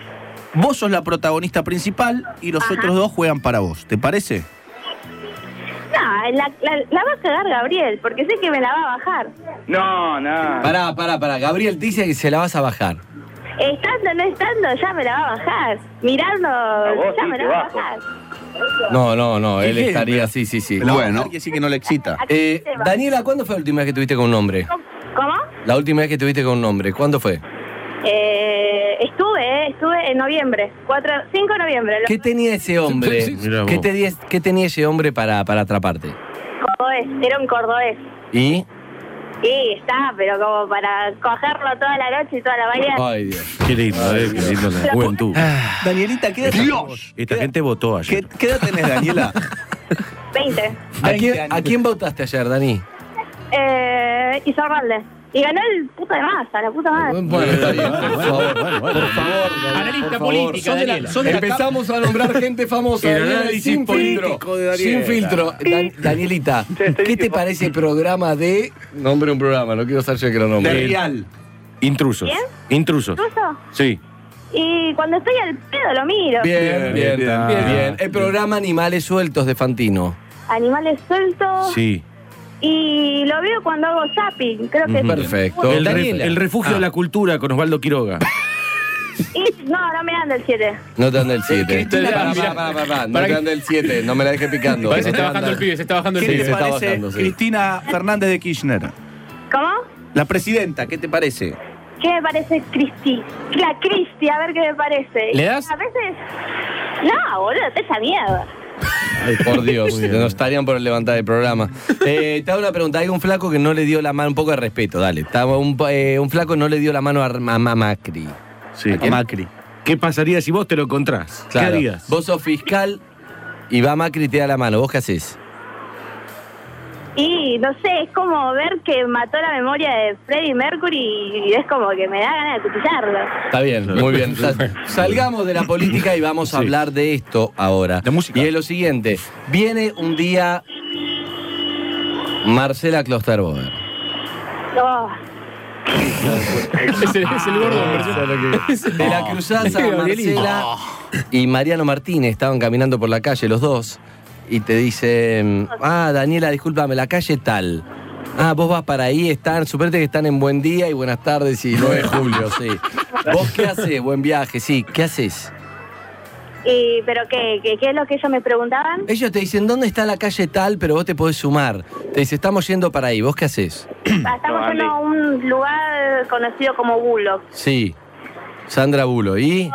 D: Vos sos la protagonista principal y los otros dos juegan para vos. ¿Te parece?
G: ah, No, la, la, la va a cagar Gabriel, porque sé que me la va a bajar.
C: No, nada.
A: Pará, pará, pará. Gabriel dice que se la vas a bajar.
G: Estando o no estando, ya me la va a bajar. Mirando,
C: vos
G: ya
C: sí,
G: me
C: te
G: la va a
C: bajo.
G: bajar.
A: No, no, no. Él
D: ¿Qué?
A: estaría, sí, sí, sí.
D: Te la va a
M: Bueno.
D: bajar, Quiere decir que no le
C: Ah,
D: excita.
A: Eh, Daniela, ¿cuándo fue la última vez que tuviste con un hombre?
G: ¿Cómo?
A: La última vez que tuviste con un hombre, ¿cuándo fue?
G: Eh, estuve, eh, estuve en noviembre, 4, 5 de noviembre, lo-
A: ¿Qué tenía ese hombre?
K: Mirá vos.
A: ¿Qué, te di- qué tenía ese hombre para, para atraparte?
G: cordobés, era un cordobés.
A: ¿Y?
G: Sí, está, pero como para cogerlo toda la noche y toda la mañana.
A: Ay, Dios.
K: Qué lindo, eh, qué lindo la juventud.
D: Danielita, ¿qué edad
K: Dios. Esta gente votó
D: ¿Qué,
K: ayer.
D: qué edad tenés, Daniela?
G: 20.
A: ¿A
D: 20
A: quién,
D: años.
A: ¿A quién votaste ayer, Dani?
G: Eh, y Zorralde. Y ganó el puta de masa, la puta madre.
A: Bueno, está bien, por favor. Por favor,
B: Analista
A: por favor.
B: política,
A: Sos de la-
B: Daniela.
A: sos de la Empezamos a nombrar gente famosa.
K: El
A: Daniela,
K: análisis
A: sin filtro.
K: político de Daniela.
A: Sin filtro. Dan- Danielita,
C: Sí, estoy
A: ¿qué te
C: bien.
A: parece el programa de. Nombre un programa, no quiero ser yo que lo
D: De
A: nombre.
D: Real.
K: Intrusos. Intrusos.
G: Incluso.
K: Sí.
G: Y cuando estoy al pedo lo miro.
A: Bien, bien,
K: Bien,
A: bien, bien,
K: bien.
A: El programa Animales Sueltos de Fantino.
G: Animales sueltos.
K: Sí.
G: Y lo veo cuando hago zapping. Creo que
K: Ujú.
A: Perfecto.
K: El, ref-
A: Oh, Daniela. Ah.
K: el refugio de la cultura con Osvaldo Quiroga.
G: Y, no, no me dan del 7.
A: No te anda el 7.
D: Cristina,
A: Pará,
D: mirá.
A: pará, pará, pará. No
J: Pará
A: te
J: que-
A: anda el 7. No me la dejes picando.
J: Parece que está
A: No te
J: bajando
A: anda-
J: el pibe, se está bajando el
D: ¿Qué
A: Sí, se
D: te
J: pibe.
A: está
D: parece
A: bajando, sí.
D: Cristina Fernández de Kirchner?
G: ¿Cómo?
D: La presidenta, ¿qué te parece?
G: ¿Qué me parece Cristi? La Cristi, a ver qué me parece.
B: ¿Le das?
G: A veces. No, boludo, te esa mierda.
A: Ay, por Dios, nos estarían por levantar el programa. Eh, te hago una pregunta. Hay un flaco que no le dio la mano, un poco de respeto, dale. Estaba un, eh, un flaco no le dio la mano a, a- a Macri.
K: Sí.
D: Macri.
K: ¿Qué pasaría si vos te lo encontrás?
A: Claro.
K: ¿Qué harías?
A: Vos sos fiscal y va Macri y te da la mano. ¿Vos qué haces?
G: Y no sé, es como ver que mató la memoria de Freddie Mercury y es como que me da ganas de cuchillarlo.
A: Está bien, muy bien. Sal- Salgamos de la política y vamos a hablar de esto ahora.
K: De música.
A: Y es lo siguiente. Viene un día Marcela Klosterboer.
G: Oh,
J: Es el, es el gordo. en versión-
A: De la cruzaza,
J: Oh.
A: Marcela y Mariano Martínez estaban caminando por la calle, los dos, y te dicen, ah, Daniela, discúlpame, la calle tal. Ah, vos vas para ahí, están, suponete que están en buen día y buenas tardes y 9 de julio, sí. ¿Vos qué haces? Buen viaje, sí. ¿Qué haces?
G: y, ¿Pero qué, qué, qué es lo que ellos me preguntaban?
A: Ellos te dicen, ¿dónde está la calle tal? Pero vos te podés sumar. Te dice, estamos yendo para ahí, ¿vos qué haces?
G: Ah, Estamos
C: No,
G: yendo a un lugar conocido como Bulo,
A: Sí. Sandra Bulo, ¿y?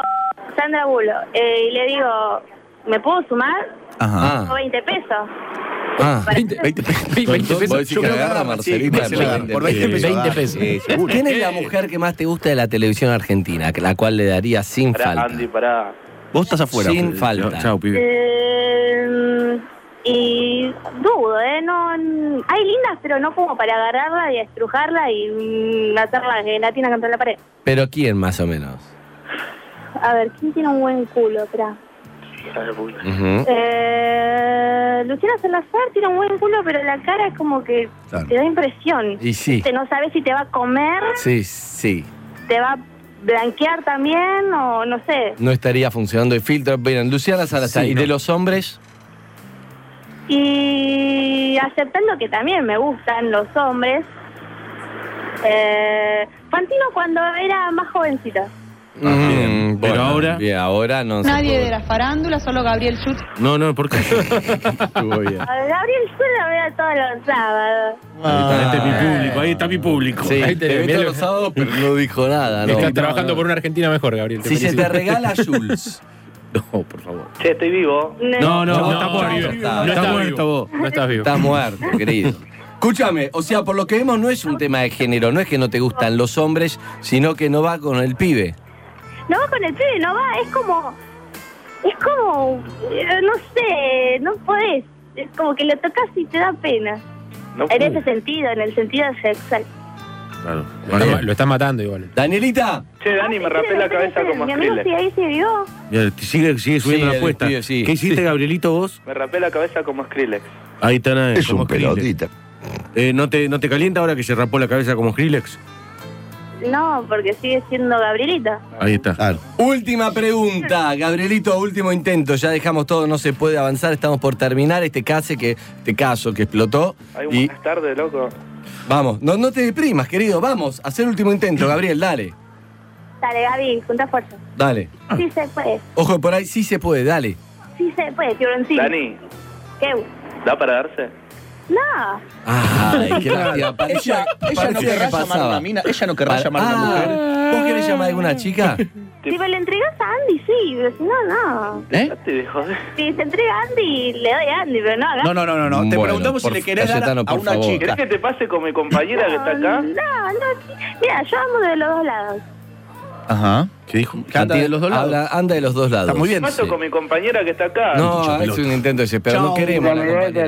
G: Sandra Bulo. Eh, y le digo, ¿me puedo sumar?
D: Ajá.
G: O
A: Ah,
G: 20 pesos.
A: ah.
B: 20
A: Vos
B: pesos.
A: decís que la agarra Marcelita
D: sí,
A: por Ah,
D: agarra.
A: 20
D: Por 20 pesos.
B: 20
D: agarra.
B: pesos.
D: Sí, seguro.
A: ¿Quién es la
C: Eh.
A: mujer que más te gusta de la televisión argentina? que- La cual le daría sin
C: Pará,
A: falta.
C: Andy, pará.
D: Vos estás afuera.
A: Sin
K: Chao,
A: falta.
K: chao, pibe.
G: Eh, y dudo, ¿eh? No, n- hay lindas, pero no como para agarrarla y estrujarla y mm, hacerla gelatina contra la pared.
A: Pero ¿quién más o menos?
G: A ver, ¿quién tiene un buen culo? Espera.
A: Ujú.
G: Eh, Luciana Salazar tiene un buen culo, pero la cara es como que
D: Claro.
G: te da impresión.
A: Y sí.
G: Te no sabes si te va a comer,
A: Sí, sí.
G: te va a blanquear también o no sé.
A: No estaría funcionando el filtro. Miren, Luciana Salazar.
K: Sí,
A: ¿Y
K: no.
A: de los hombres?
G: Y aceptando que también me gustan los hombres. Eh, Fantino cuando era más jovencita.
K: bien.
A: Mm,
K: Pero ahora-
A: Bien, ahora no se
M: Nadie
A: puede.
M: de la farándula, solo Gabriel Schutz.
K: No, no, ¿por qué? Este
A: Estuvo bien.
G: A Gabriel yo la veo todos los sábados.
A: Ah,
K: Ahí está mi público, ahí está mi público.
A: Sí,
J: Ahí te-
A: te vi
J: mirá
A: todos
J: lo-
A: los sábados, pero no dijo nada, ¿no?
J: Está trabajando por una Argentina mejor, Gabriel.
A: Si se te
J: felicito.
A: regala Jules.
K: No, por favor.
C: Che, estoy vivo.
K: No, no,
J: No,
K: vos
J: no,
K: estás muerto.
J: vivo.
K: No
J: No
K: estás
J: está
K: muerto
J: vivo.
K: vos.
J: No estás vivo.
A: Estás muerto, querido. Escúchame, o sea, por lo que vemos no es un tema de género, no es que no te gustan los hombres, sino que no va con el pibe.
G: No va con el pibe, no va, es como. Es como. eh, No sé, no podés. Es como que lo tocas y te da pena.
C: No
G: En ese sentido, en el sentido sexual.
K: Claro.
J: Lo está ma- Lo está matando igual.
A: Danielita,
C: Che,
G: Ah,
C: Dani, me rapé la cabeza como
G: Mi amigo sí,
C: Skrillex.
G: ahí se vio.
K: Mira, te sigue,
A: Sí,
K: sigue subiendo
A: el
K: la apuesta.
A: pibe, sí.
K: ¿Qué hiciste, Gabrielito, vos?
C: Me rapé la cabeza como Skrillex.
K: Ahí está nada.
N: Es
K: como
N: un
K: Skrillex.
N: pelotita.
K: Eh, ¿no, te, ¿No te calienta ahora que se rapó la cabeza como Skrillex?
G: No, porque sigue siendo Gabrielita.
K: Ahí está.
N: Claro.
A: última pregunta. Gabrielito, último intento. Ya dejamos todo, no se puede avanzar. Estamos por terminar este, case que, este caso que explotó.
C: Hay un
A: Y
C: buenas tardes, loco.
A: vamos, no, no te deprimas, querido. Vamos, hacer último intento, Gabriel, dale.
G: Dale, Gaby, junta fuerza.
A: Dale.
G: Sí se puede,
A: Ojo, por ahí sí se puede, dale.
G: sí se puede, Fiorentino.
C: Dani,
G: ¿Qué?
C: ¿da para darse?
G: No.
A: Ay, qué lástima.
D: Ella, ella no
A: Parecía que
D: querrá llamar a
A: pasaba.
D: una mina. Ella no querrá
A: Para-
D: llamar a una
A: Ah,
D: mujer.
A: ¿Vos querés llamar a alguna chica?
G: Si me lo entregas a Andy sí, pero si no, no.
D: ¿Eh?
C: Ya te dejo de-
G: Si se entrega Andy, le doy a Andy, pero no a Gaspi.
D: No, no, no, no, no. Te
A: Bueno,
D: preguntamos si
A: por-
D: le querés dar a,
A: Cayetano,
D: a
A: por
D: una
A: favor.
D: chica.
C: ¿Querés que te pase con mi compañera que está acá?
G: No, no, sí. Mira, yo amo de los dos lados.
D: Ajá.
K: ¿Qué dijo?
D: Que anda de los dos lados.
A: Habla- anda de los dos lados.
D: Está muy bien.
C: Paso
A: Sí.
C: con mi compañera que está acá.
A: No, es un intento desesperado. No
D: Chao,
A: queremos. a la compañera.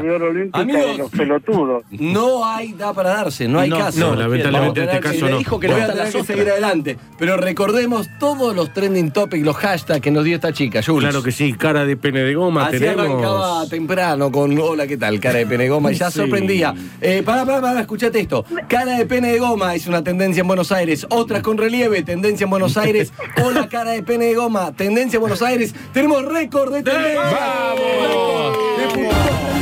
A: Amigos.
L: pelotudos.
A: No hay da para darse, no hay
D: No,
A: caso.
K: no, lamentablemente en este
A: Vamos a tener que-
K: caso
A: le
K: no.
A: dijo que
K: Voy
A: le va
K: a
A: a tener que seguir adelante. Pero recordemos todos los trending topics, los hashtags que nos dio esta chica, Jules.
K: Claro que sí, cara de pene de goma
A: Así arrancaba
K: tenemos.
A: temprano con hola, ¿qué tal? Cara de pene de goma y ya
K: Sí.
A: sorprendía. Eh, pará, pará, pará, escuchate esto. Cara de pene de goma es una tendencia en Buenos Aires. Otras con relieve, tendencia en Buenos Aires. Hola, cara de pene de goma, tendencia en Buenos Aires. Tenemos récord de tendencia.
J: ¡Vamos!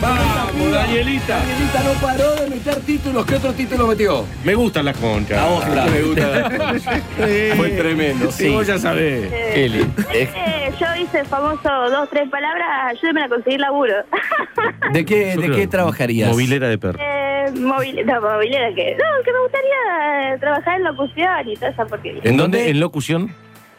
A: ¡Vamos, Danielita! Danielita no paró de meter títulos. ¿Qué otro título metió?
K: Me gustan las conchas.
A: Me gusta. Fue tremendo.
K: Sí, vos ya sabés.
A: Eli.
G: Eh, yo hice el famoso dos, tres palabras, ayúdeme a conseguir laburo.
A: ¿De qué,
K: Yo
A: de
K: creo-
A: qué trabajarías?
K: Movilera de perro.
G: eh, movil- no, movilera, que no, que me gustaría eh, trabajar en locución y toda esa porquería.
K: ¿En dónde?
A: dónde?
K: ¿En locución?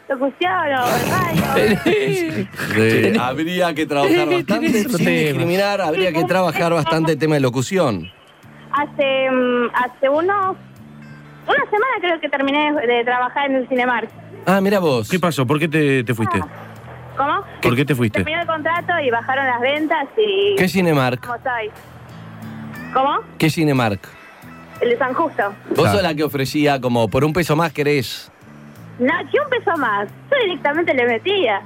G: Locución o radio.
A: Sí, habría que trabajar bastante, sin
B: otro tema.
A: discriminar, habría que trabajar bastante el tema de locución.
G: Hace, mm, hace unos, una semana creo que terminé de trabajar en el Cinemark.
A: Ah, mira vos.
K: ¿Qué pasó? ¿Por qué te, te fuiste?
A: Ah.
G: ¿Cómo?
K: ¿Por qué te fuiste?
G: Terminó el contrato y bajaron las ventas y...
A: ¿Qué Cinemark?
G: ¿Cómo soy? ¿Cómo?
A: ¿Qué Cinemark?
G: El de San Justo.
A: Vos sos la que ofrecía como por un peso más querés.
G: No, que un peso más. Yo directamente le metía.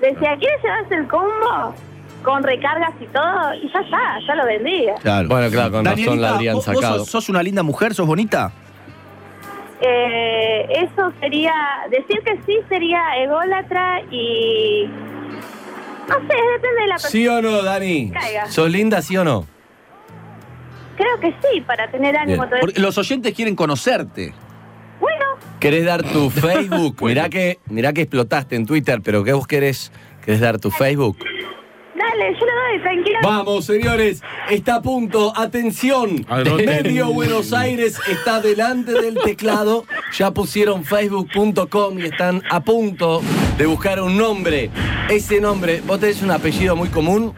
G: Decía, ¿quieres llevarse el combo? Con recargas y todo. Y ya está, ya lo vendía.
D: Claro.
A: Bueno, claro, con razón
D: Danielita,
A: la habrían
D: vos- vos
A: sacado.
D: sos, sos una linda mujer? ¿Sos bonita?
G: Eh, eso sería... Decir que sí sería ególatra y... No sé, depende de la persona.
A: ¿Sí o no, Dani?
G: Caiga.
A: ¿Sos linda, sí o no?
G: Creo que sí, para tener ánimo
A: Bien.
G: todo el-
D: Porque los oyentes quieren conocerte.
G: Bueno,
A: ¿Querés dar tu Facebook? Mirá que, mirá que explotaste en Twitter, pero ¿qué vos querés? ¿Querés dar tu Facebook?
G: dale, yo lo doy, tranquilo.
A: Vamos, señores, está a punto. Atención.
K: ¿A dónde?
A: Medio Buenos Aires está delante del teclado. Ya pusieron facebook.com y están a punto de buscar un nombre. Ese nombre, vos tenés un apellido muy común.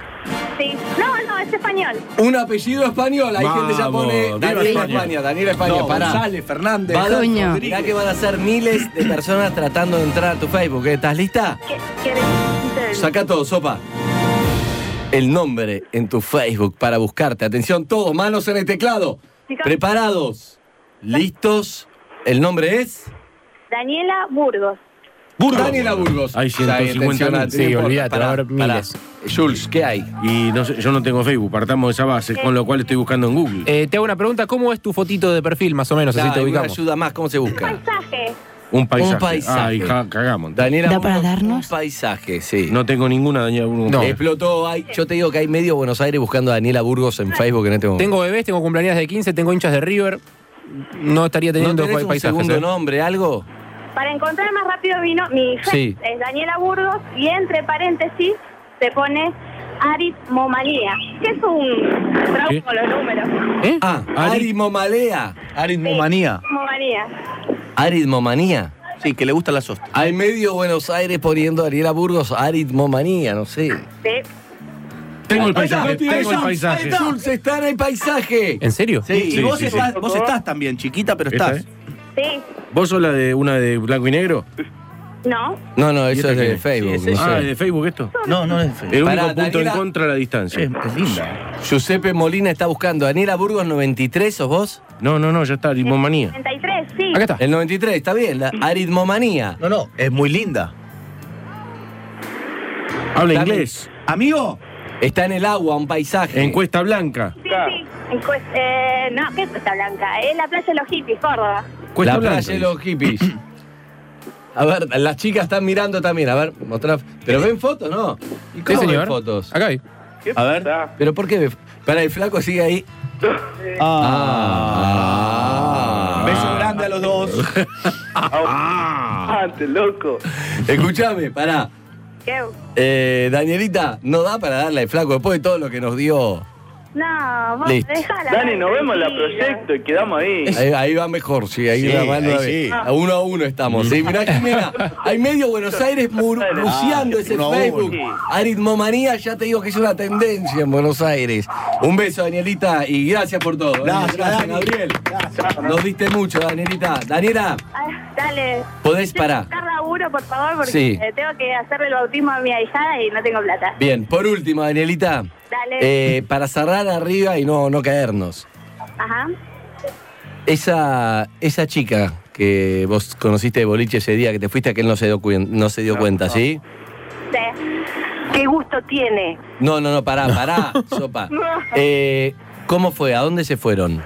G: Sí. No, no, es español.
A: Un apellido español. Hay gente que ya
K: Vamos,
A: pone
K: viva
A: Daniel
K: España.
A: España. Daniel España,
D: No,
A: pará.
D: González, Fernández.
A: Van a-
M: Coño.
A: mirá que van a ser miles de personas tratando de entrar a tu Facebook. ¿eh? ¿Estás lista?
G: ¿Qué, querés?
A: Saca todo, sopa. El nombre en tu Facebook para buscarte. Atención, todos, manos en el teclado.
G: Chicos.
A: Preparados. Listos. El nombre es.
G: Daniela Burgos.
A: Burgos. Daniela Burgos.
K: Hay
A: Ya hay
K: 150
A: intencional,
K: mil.
A: no
B: Sí,
A: importa.
B: olvídate,
A: Pará,
B: va a haber
A: pará.
B: miles.
A: Jules, ¿qué hay?
K: Y no sé, yo no tengo Facebook, partamos de esa base, con lo cual estoy buscando en Google.
B: Eh, te hago una pregunta, ¿cómo es tu fotito de perfil más o menos?
A: Dale,
B: así te
A: una
B: ubicamos.
A: ayuda más, ¿cómo se busca?
G: Mensaje.
K: un paisaje.
A: un paisaje.
K: Ay, ja- cagamos.
A: Daniela
M: ¿Da para
A: Burgos,
M: darnos?
A: Un paisaje, sí.
K: No tengo ninguna Daniela Burgos.
B: No.
A: Explotó. hay- yo te digo que hay medio Buenos Aires buscando a Daniela Burgos en Facebook en este momento.
B: Tengo bebés, tengo cumpleaños de 15, tengo hinchas de River. No estaría
A: ¿No
B: teniendo
A: tenés
B: pa-
A: un
B: paisajes.
A: segundo
B: ¿eh?
A: nombre, algo?
G: Para encontrar más rápido vino mi hija,
A: Sí.
G: es Daniela Burgos, y entre paréntesis se pone aritmomanía, que es un
K: ¿Qué?
G: trauma con los números.
B: ¿Eh?
A: Ah, Aritmomalea.
D: Aritmomanía.
G: Aritmomanía.
A: Aritmomanía.
D: Sí, que le gustan las hostas.
A: Hay medio Buenos Aires poniendo a Ariela Burgos aritmomanía, no sé.
G: Sí.
K: Tengo el paisaje,
A: Ahí está,
K: tengo el
A: Jules,
K: paisaje. Eh,
A: ahí está. Jules está en el paisaje.
B: ¿En serio?
D: Sí, y
K: sí,
D: vos,
K: sí,
D: estás, vos estás también, chiquita, pero
K: Esta,
D: estás.
G: Sí.
K: ¿Vos sos la de una de blanco y negro?
G: No.
A: No, no,
K: ¿Y este
A: eso
K: esta
A: es
K: quién
A: de
K: es?
A: Facebook. no
K: ah,
A: sé.
K: ¿es de Facebook esto.
D: No, no es
K: El único
A: Pará,
K: punto
A: Daniela- Eh.
K: en contra de la distancia.
D: Es, es linda.
A: Giuseppe Molina está buscando. Daniela Burgos 93, ¿sos vos?
K: No, no, no, ya está, limomanía.
G: 93, sí.
B: Acá está.
A: El 93, está bien. La aritmomanía.
D: No, no, es muy linda.
K: Habla
A: Dame-
K: inglés.
D: Amigo,
A: Está en el agua, un paisaje.
K: Encuesta blanca.
G: Sí, sí. En Cues- eh, no, ¿qué es Costa Blanca? Es la playa de los hippies, Córdoba.
K: Cuesta
A: la
K: blanca.
A: playa de los hippies. A ver, las chicas están mirando también. A ver, mostrá. ¿Pero
K: Eh,
A: ven fotos, no? ¿Y
B: Sí,
A: cómo ven
B: señor.
A: fotos?
B: Acá hay.
C: ¿Qué
D: A ver.
C: pasa?
A: ¿Pero por qué? Para el flaco sigue ahí. Ah.
D: beso grande a los dos.
A: ah.
C: Antes, loco.
A: Escúchame, pará.
G: ¿Qué?
A: Eh, Danielita, no da para darle al flaco después de todo lo que nos dio.
G: No, vos
A: Listo.
G: dejala.
C: Dani, nos vemos en la
G: tranquila.
C: proyecto y quedamos ahí.
A: Ahí, ahí va mejor, sí, ahí
K: Sí,
A: la mano.
K: ahí
A: la ve.
K: sí.
A: A uno a uno estamos. Sí, mirá, Jimena, hay medio Buenos Aires mur-
C: Ah,
A: buceando ese
D: uno a uno.
A: Facebook. Aritmomanía, ya te digo que es una tendencia en Buenos Aires. Un beso, Danielita, y gracias por todo. ¿eh?
D: Gracias, Dani.
A: Gabriel. Nos diste mucho, Danielita. Daniela,
G: Ay, Ah, dale.
A: podés parar.
G: Buscar laburo, por favor, porque
A: Sí.
G: eh, tengo que hacerle el bautismo a mi ahijada y no tengo plata.
A: Bien, por último, Danielita,
G: Dale.
A: eh, para cerrar arriba y no, no caernos.
G: Ajá.
A: Esa, esa chica que vos conociste de boliche ese día que te fuiste, que él no se dio, cuen- no se dio cuenta, ¿sí?
G: Sí.
N: ¿Qué gusto tiene?
A: No, no, no, pará, pará, sopa. Eh, ¿Cómo fue? ¿A dónde se fueron?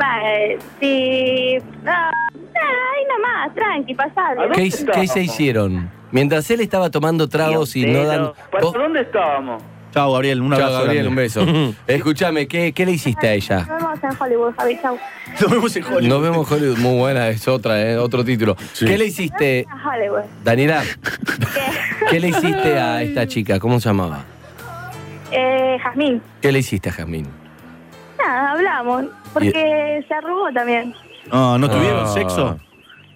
G: Va, eh, sí. No, nada, ahí nomás, tranqui, pasable.
A: ¿Qué, his- qué se hicieron? Mientras él estaba tomando tragos y no dan.
C: ¿Para
A: vos-
C: dónde estábamos?
D: Chao, Gabriel. Un
A: Chao,
D: abrazo.
A: Gabriel, un
D: grande.
A: beso. Escúchame, ¿qué, ¿qué le hiciste a ella?
G: Nos vemos en Hollywood, Javi, chau.
D: Nos vemos en Hollywood.
A: Nos vemos Hollywood, muy buena, es otra, eh, otro título. ¿Qué le hiciste,
G: A Hollywood.
A: Daniela?
G: ¿Qué?
A: ¿Qué le hiciste a esta chica? ¿Cómo se llamaba?
G: Eh, Jazmín.
A: ¿Qué le hiciste a Jazmín?
G: Nada, hablamos. Porque se arrugó también.
D: No, ¿no tuvieron
A: Ah.
D: sexo?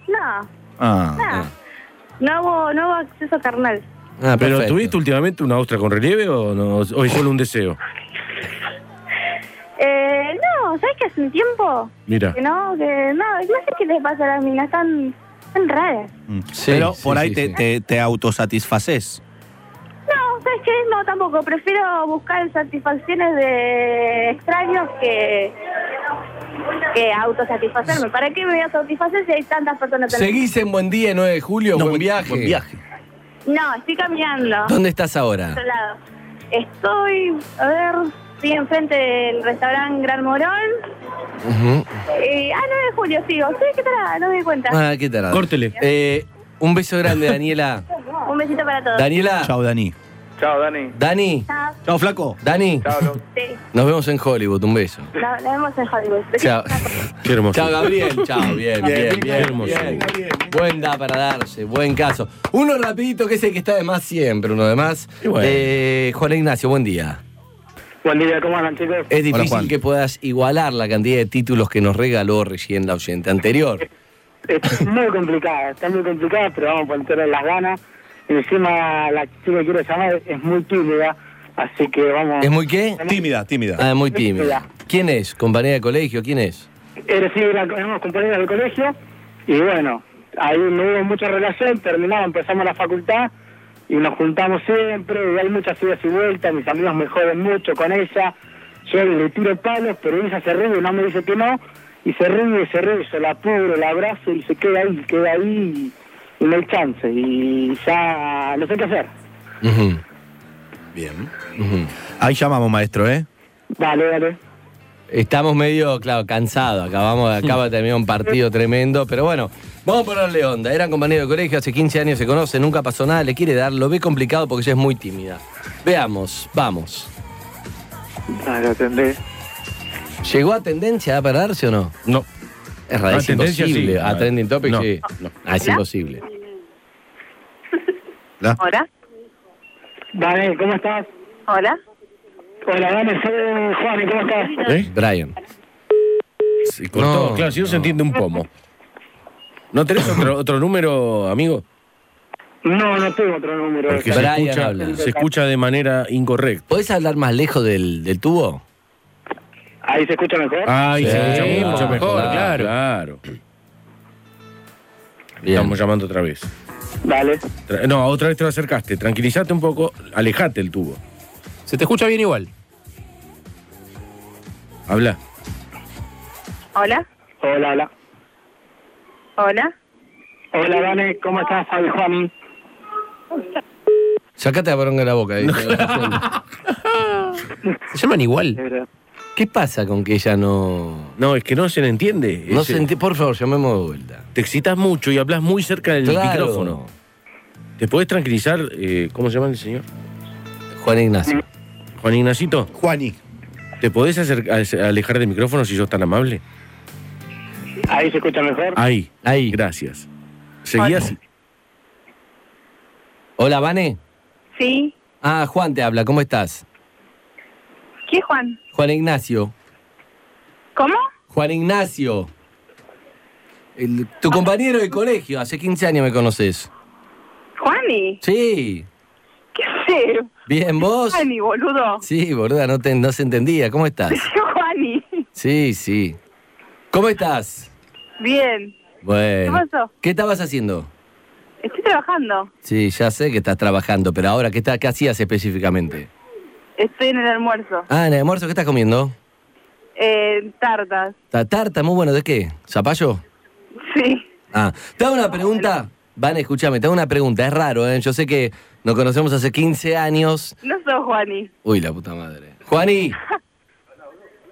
G: No,
D: Ah.
G: nada. No hubo, no hubo acceso carnal.
A: Ah,
K: ¿Pero
A: perfecto.
K: tuviste últimamente una ostra con relieve o, no, o es solo un deseo?
G: Eh, no, ¿sabes que hace un tiempo?
K: Mira.
G: Que no, que no, no sé qué les pasa a las minas tan, tan raras.
D: Mm.
A: Sí,
D: Pero
A: sí,
D: por ahí
A: sí,
D: te,
A: sí.
D: te- te autosatisfaces.
G: No, ¿sabes qué? No, tampoco. Prefiero buscar satisfacciones de extraños que, que autosatisfacerme. ¿Para qué me voy a satisfacer si hay tantas personas tan...
A: ¿Seguís en Buen Día 9 de julio?
D: No,
A: buen, viaje.
D: Buen viaje.
G: No, estoy caminando. a
A: ¿Dónde estás ahora?
G: otro lado. Estoy, a ver, estoy enfrente del restaurante Gran Morón.
A: Ujú.
G: Eh, ah, 9 de julio, sigo. Sí, ¿qué tal? No me di cuenta.
A: Ah, qué tarado.
K: Córtele.
A: Eh, un beso grande, Daniela.
G: Un besito para todos.
A: Daniela,
D: Chao, Dani.
C: Chao, Dani.
A: Dani,
G: Chao.
D: Chao, flaco.
A: Dani,
C: Chao, Lu.
G: Sí,
A: nos vemos en Hollywood. Un beso.
G: nos nos vemos en Hollywood.
A: Chao.
K: Qué hermoso.
A: Chao, Gabriel. Chao, bien, bien, bien,
K: hermoso.
A: bien. Buen da para darse, buen caso. Uno rapidito que es el que está de más siempre, uno de más.
K: Y bueno.
A: Eh, Juan Ignacio, buen día.
L: Buen día, ¿cómo andan, chicos?
A: Es
D: Hola,
A: difícil
D: Juan.
A: que puedas igualar la cantidad de títulos que nos regaló recién la oyente anterior.
L: Es muy complicada, está muy complicada, pero vamos a ponerle las ganas. Encima, la chica que quiero llamar es muy tímida, así que vamos.
A: ¿Es muy qué?
D: Tímida, tímida.
A: Ah, muy tímida. ¿Quién es? ¿Compañera de colegio? ¿Quién es?
L: Era, sí, era- éramos compañeros del colegio y bueno, ahí no hubo mucha relación, terminamos, empezamos la facultad y nos juntamos siempre y hay muchas idas y vueltas, mis amigos me joden mucho con ella, yo le tiro palos, pero ella se ríe, no me dice que no, y se ríe, se ríe, yo la apuro, la abrazo y se queda ahí, queda ahí y no hay chance y ya no sé qué hacer.
A: Ujú,
D: Bien.
A: ujú.
D: Ahí llamamos, maestro, ¿eh?
L: Dale, dale.
A: Estamos medio, claro, cansados. Acabamos, acaba de terminar un partido tremendo, pero bueno, vamos a ponerle onda. Eran compañeros de colegio, hace 15 años se conocen, nunca pasó nada, le quiere dar, lo ve complicado porque ella es muy tímida. Veamos, vamos.
L: Ah,
C: Dale, atendé.
A: ¿Llegó a tendencia a perderse o no?
K: No.
A: Es raro,
K: A
A: es
K: tendencia,
A: imposible.
K: sí.
A: A trending topic,
K: No,
A: sí. Ah, es imposible.
D: ¿La?
N: ¿Hola?
L: Dale, ¿cómo estás?
N: ¿Hola?
L: Hola, dale, soy Juan, ¿y ¿cómo estás?
K: ¿Eh?
A: Brian.
K: Se cortó.
A: No,
K: claro, si no, se entiende un pomo. ¿No tenés otro, otro número, amigo?
L: No, no tengo otro número.
K: Porque se
A: Brian
K: escucha,
A: habla.
K: se escucha de manera incorrecta.
A: ¿Podés hablar más lejos del, del tubo?
L: Ahí se escucha mejor.
K: Ay,
A: Sí,
K: se escucha mucho
A: mejor,
K: mejor.
A: claro.
K: claro.
A: Bien.
K: Estamos llamando otra vez.
L: Dale.
K: Tra- No, otra vez te lo acercaste. Tranquilizate un poco, alejate el tubo.
B: Se te escucha bien igual.
K: Habla.
N: ¿Hola?
L: Hola, hola.
N: ¿Hola?
L: Hola, Dani, ¿cómo estás? Soy Juani.
A: Sacate la bronca de la boca. ahí.
B: Se llaman igual.
A: ¿Qué pasa con que ella no...?
K: No, es que no se le entiende.
A: no
K: Es-
A: se enti- Por favor, llamemos de vuelta.
K: Te excitas mucho y hablas muy cerca del
A: Claro.
K: micrófono. ¿Te podés tranquilizar? eh, ¿Cómo se llama el señor?
A: Juan Ignacio.
K: Juan Ignacito.
D: Juani.
K: ¿Te podés acer- a- alejar del micrófono si sos tan amable?
L: Ahí se escucha mejor.
K: Ahí.
A: Ahí.
K: Gracias. Seguí así.
A: Hola, Vane.
N: ¿Sí?
A: Ah, Juan te habla, ¿cómo estás?
G: ¿Qué, Juan?
A: Juan Ignacio.
G: ¿Cómo?
A: Juan Ignacio. El- tu compañero de colegio, hace 15 años me conoces.
G: Juani.
A: Sí.
G: ¿Qué sé?
A: Bien, vos.
G: Juani, boludo.
A: Sí, boluda, no, te- no se entendía. ¿Cómo estás?
G: Juani.
A: Sí, sí. ¿Cómo estás?
G: Bien.
A: Bueno.
G: ¿Qué pasó?
A: ¿Qué estabas haciendo?
G: Estoy trabajando.
A: Sí, ya sé que estás trabajando, pero ahora, ¿qué, está, qué hacías específicamente?
G: Estoy en el almuerzo.
A: Ah, en el almuerzo, ¿qué estás comiendo?
G: Eh, tartas.
A: Ta- Tarta, muy bueno, ¿de qué? ¿Zapallo?
G: Sí.
A: Ah, te hago una pregunta. Van, escúchame, te hago una pregunta. Es raro, ¿eh? Yo sé que nos conocemos hace 15 años.
G: No sos Juani.
A: Uy, la puta madre. Juani.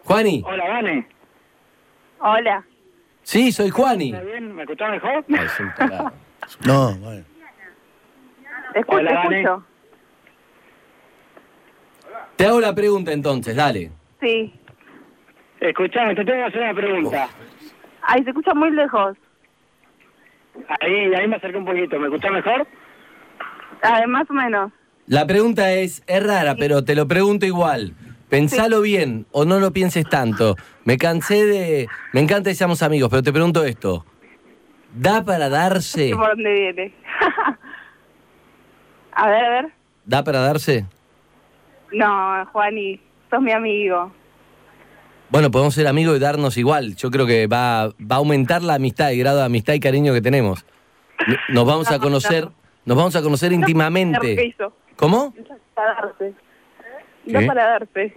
A: Juani.
L: Hola, Vane.
G: Hola.
A: Sí, soy Juani.
L: ¿Está bien? ¿Me escuchás mejor?
A: Ay, es un tarado.
D: No, bueno.
G: Te escucho,
L: Hola,
G: te
L: Vane.
G: escucho.
A: Te hago la pregunta entonces, dale.
G: Sí.
L: Escuchame, te tengo que hacer una pregunta.
G: Ay, se escucha muy lejos.
L: Ahí, ahí me acerqué un poquito. ¿Me escuchás mejor?
G: Ah, más o menos.
A: La pregunta es, es rara, pero te lo pregunto igual. Pensalo bien o no lo pienses tanto. Me cansé de... Me encanta que seamos amigos, pero te pregunto esto. ¿Da para darse?
G: sé ¿Por dónde viene? a ver, a ver.
A: ¿Da para darse?
G: No, Juani, sos mi amigo.
A: Bueno, podemos ser amigos y darnos igual. Yo creo que va, va a aumentar la amistad, el grado de amistad y cariño que tenemos. N- Nos vamos a conocer, nos vamos a conocer
G: Claro que
A: íntimamente.
G: hizo.
A: ¿Cómo?
G: Para darse. No
A: ¿Qué?
G: para darse.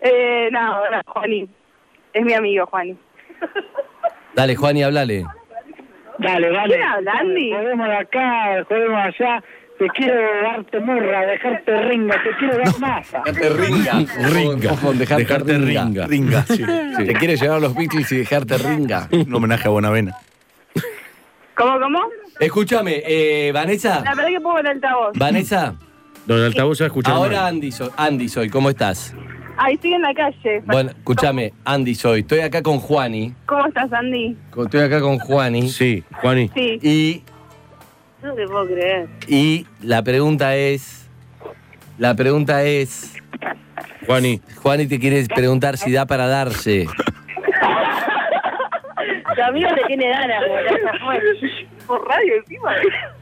G: eh, no, no, Juani. Es mi amigo, Juani.
A: Dale, Juan, y hablale.
L: Dale, vale.
G: ¿Quién habla, Andy?
L: Jodemos de acá, jodemos de allá. Te quiero darte murra, dejarte ringa, te quiero dar masa.
A: ringa. Ringa. dejarte, ringa.
D: Ringa, sí.
A: Te quiere llevar a los Beatles y dejarte ringa.
D: Un homenaje a Bonavena.
G: ¿Cómo, cómo?
A: Escúchame, eh, Vanessa.
G: La verdad que pongo el altavoz.
A: Vanessa,
K: Don altavoz ha escuchado.
A: ahora Andy soy. Andy soy, ¿cómo estás?
G: Ay, estoy en la calle.
A: Bueno, escúchame, Andy soy. Estoy acá con Juani.
G: ¿Cómo estás, Andy?
A: Estoy acá con Juani.
K: Sí, Juani.
G: Sí.
A: Y
G: No te puedo creer.
A: Y la pregunta es. La pregunta es.
K: Juani.
A: Juani te quiere preguntar si da para darse.
G: Tu amigo te tiene ganas, Por radio encima.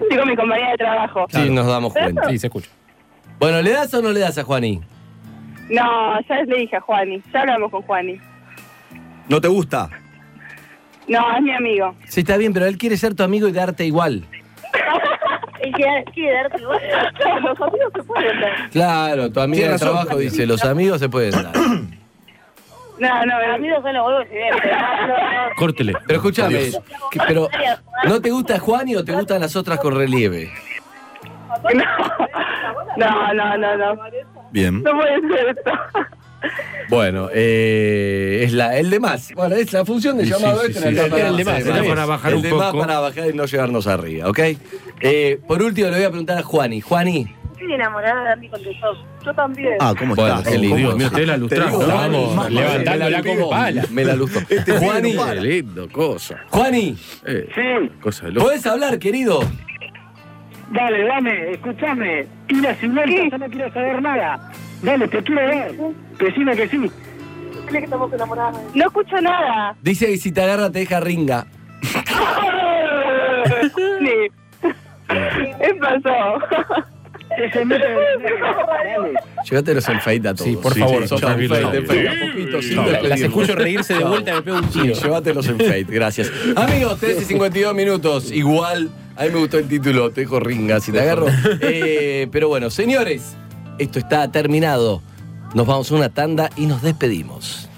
G: Estoy con mi compañera de trabajo.
A: Sí, nos damos cuenta.
B: Sí, se escucha.
A: Bueno, ¿le das o no le das a Juani?
G: No, ya le dije a Juani. Ya hablamos con Juani.
D: ¿No te gusta?
G: No, es mi amigo.
A: Sí, está bien, pero él quiere ser tu amigo y darte igual.
G: Quiere darte Los amigos se pueden dar.
A: Claro, tu amigo
D: Tiene
A: de
D: razón.
A: trabajo dice, los amigos se pueden dar.
G: No, no, los amigos son los huevos
K: Córtele.
A: Pero escúchame, que- pero ¿no te gusta Juani o te gustan las otras con relieve?
G: No, no, no, no.
D: Bien.
G: No puede ser esto.
A: Bueno, eh, es la, el de más. Bueno, es la función de
K: Sí,
A: llamado
K: sí,
A: este
K: sí,
A: en
K: sí.
A: el
K: El de más,
A: Sí,
K: era
A: sí.
K: para bajar
A: El
K: un
A: de más
K: poco.
A: para bajar y no llevarnos arriba, ¿ok? Eh, por último le voy a preguntar a Juani. Juani,
G: Estoy enamorada de Andy contestó. Yo también.
D: Ah, ¿cómo
A: Bueno,
D: estás?
A: qué lindo.
D: ¿Cómo
K: Dios mío,
D: estás?
K: ustedes la
D: Te digo,
K: lustraron.
D: Vane,
K: Vamos,
D: más-
O: levantándola con pala.
A: me la lustro.
D: Este
A: Juani,
K: Qué lindo, cosa.
A: Juani,
K: Eh,
L: Sí,
K: cosa de loco.
A: ¿podés hablar, querido?
L: dale, Vane, escúchame. Ir a
G: ¿Qué?
L: Silvestre, yo no quiero saber nada. Dale, te quiero ver. Decime que sí.
G: No escucho nada.
A: Dice que si te agarra te deja ringa.
G: Sí. ¿Qué pasó?
L: Ese mito de... Dale.
A: Llévate los enfeitas a todos.
B: Sí, por
A: Sí,
B: favor,
A: sí,
B: sos
A: chau,
B: tranquilo.
A: enfeite, enfeite, a poquito, sin despedirnos.
B: Las escucho reírse de
A: Chau.
B: vuelta, me pego un
A: Sí,
B: tiro.
A: llévatelos en Fate, gracias. Amigos, 13 y 52 minutos. Igual, a mí me gustó el título, te dejo ringa si te agarro. Eh, pero bueno, señores, esto está terminado. Nos vamos a una tanda y nos despedimos.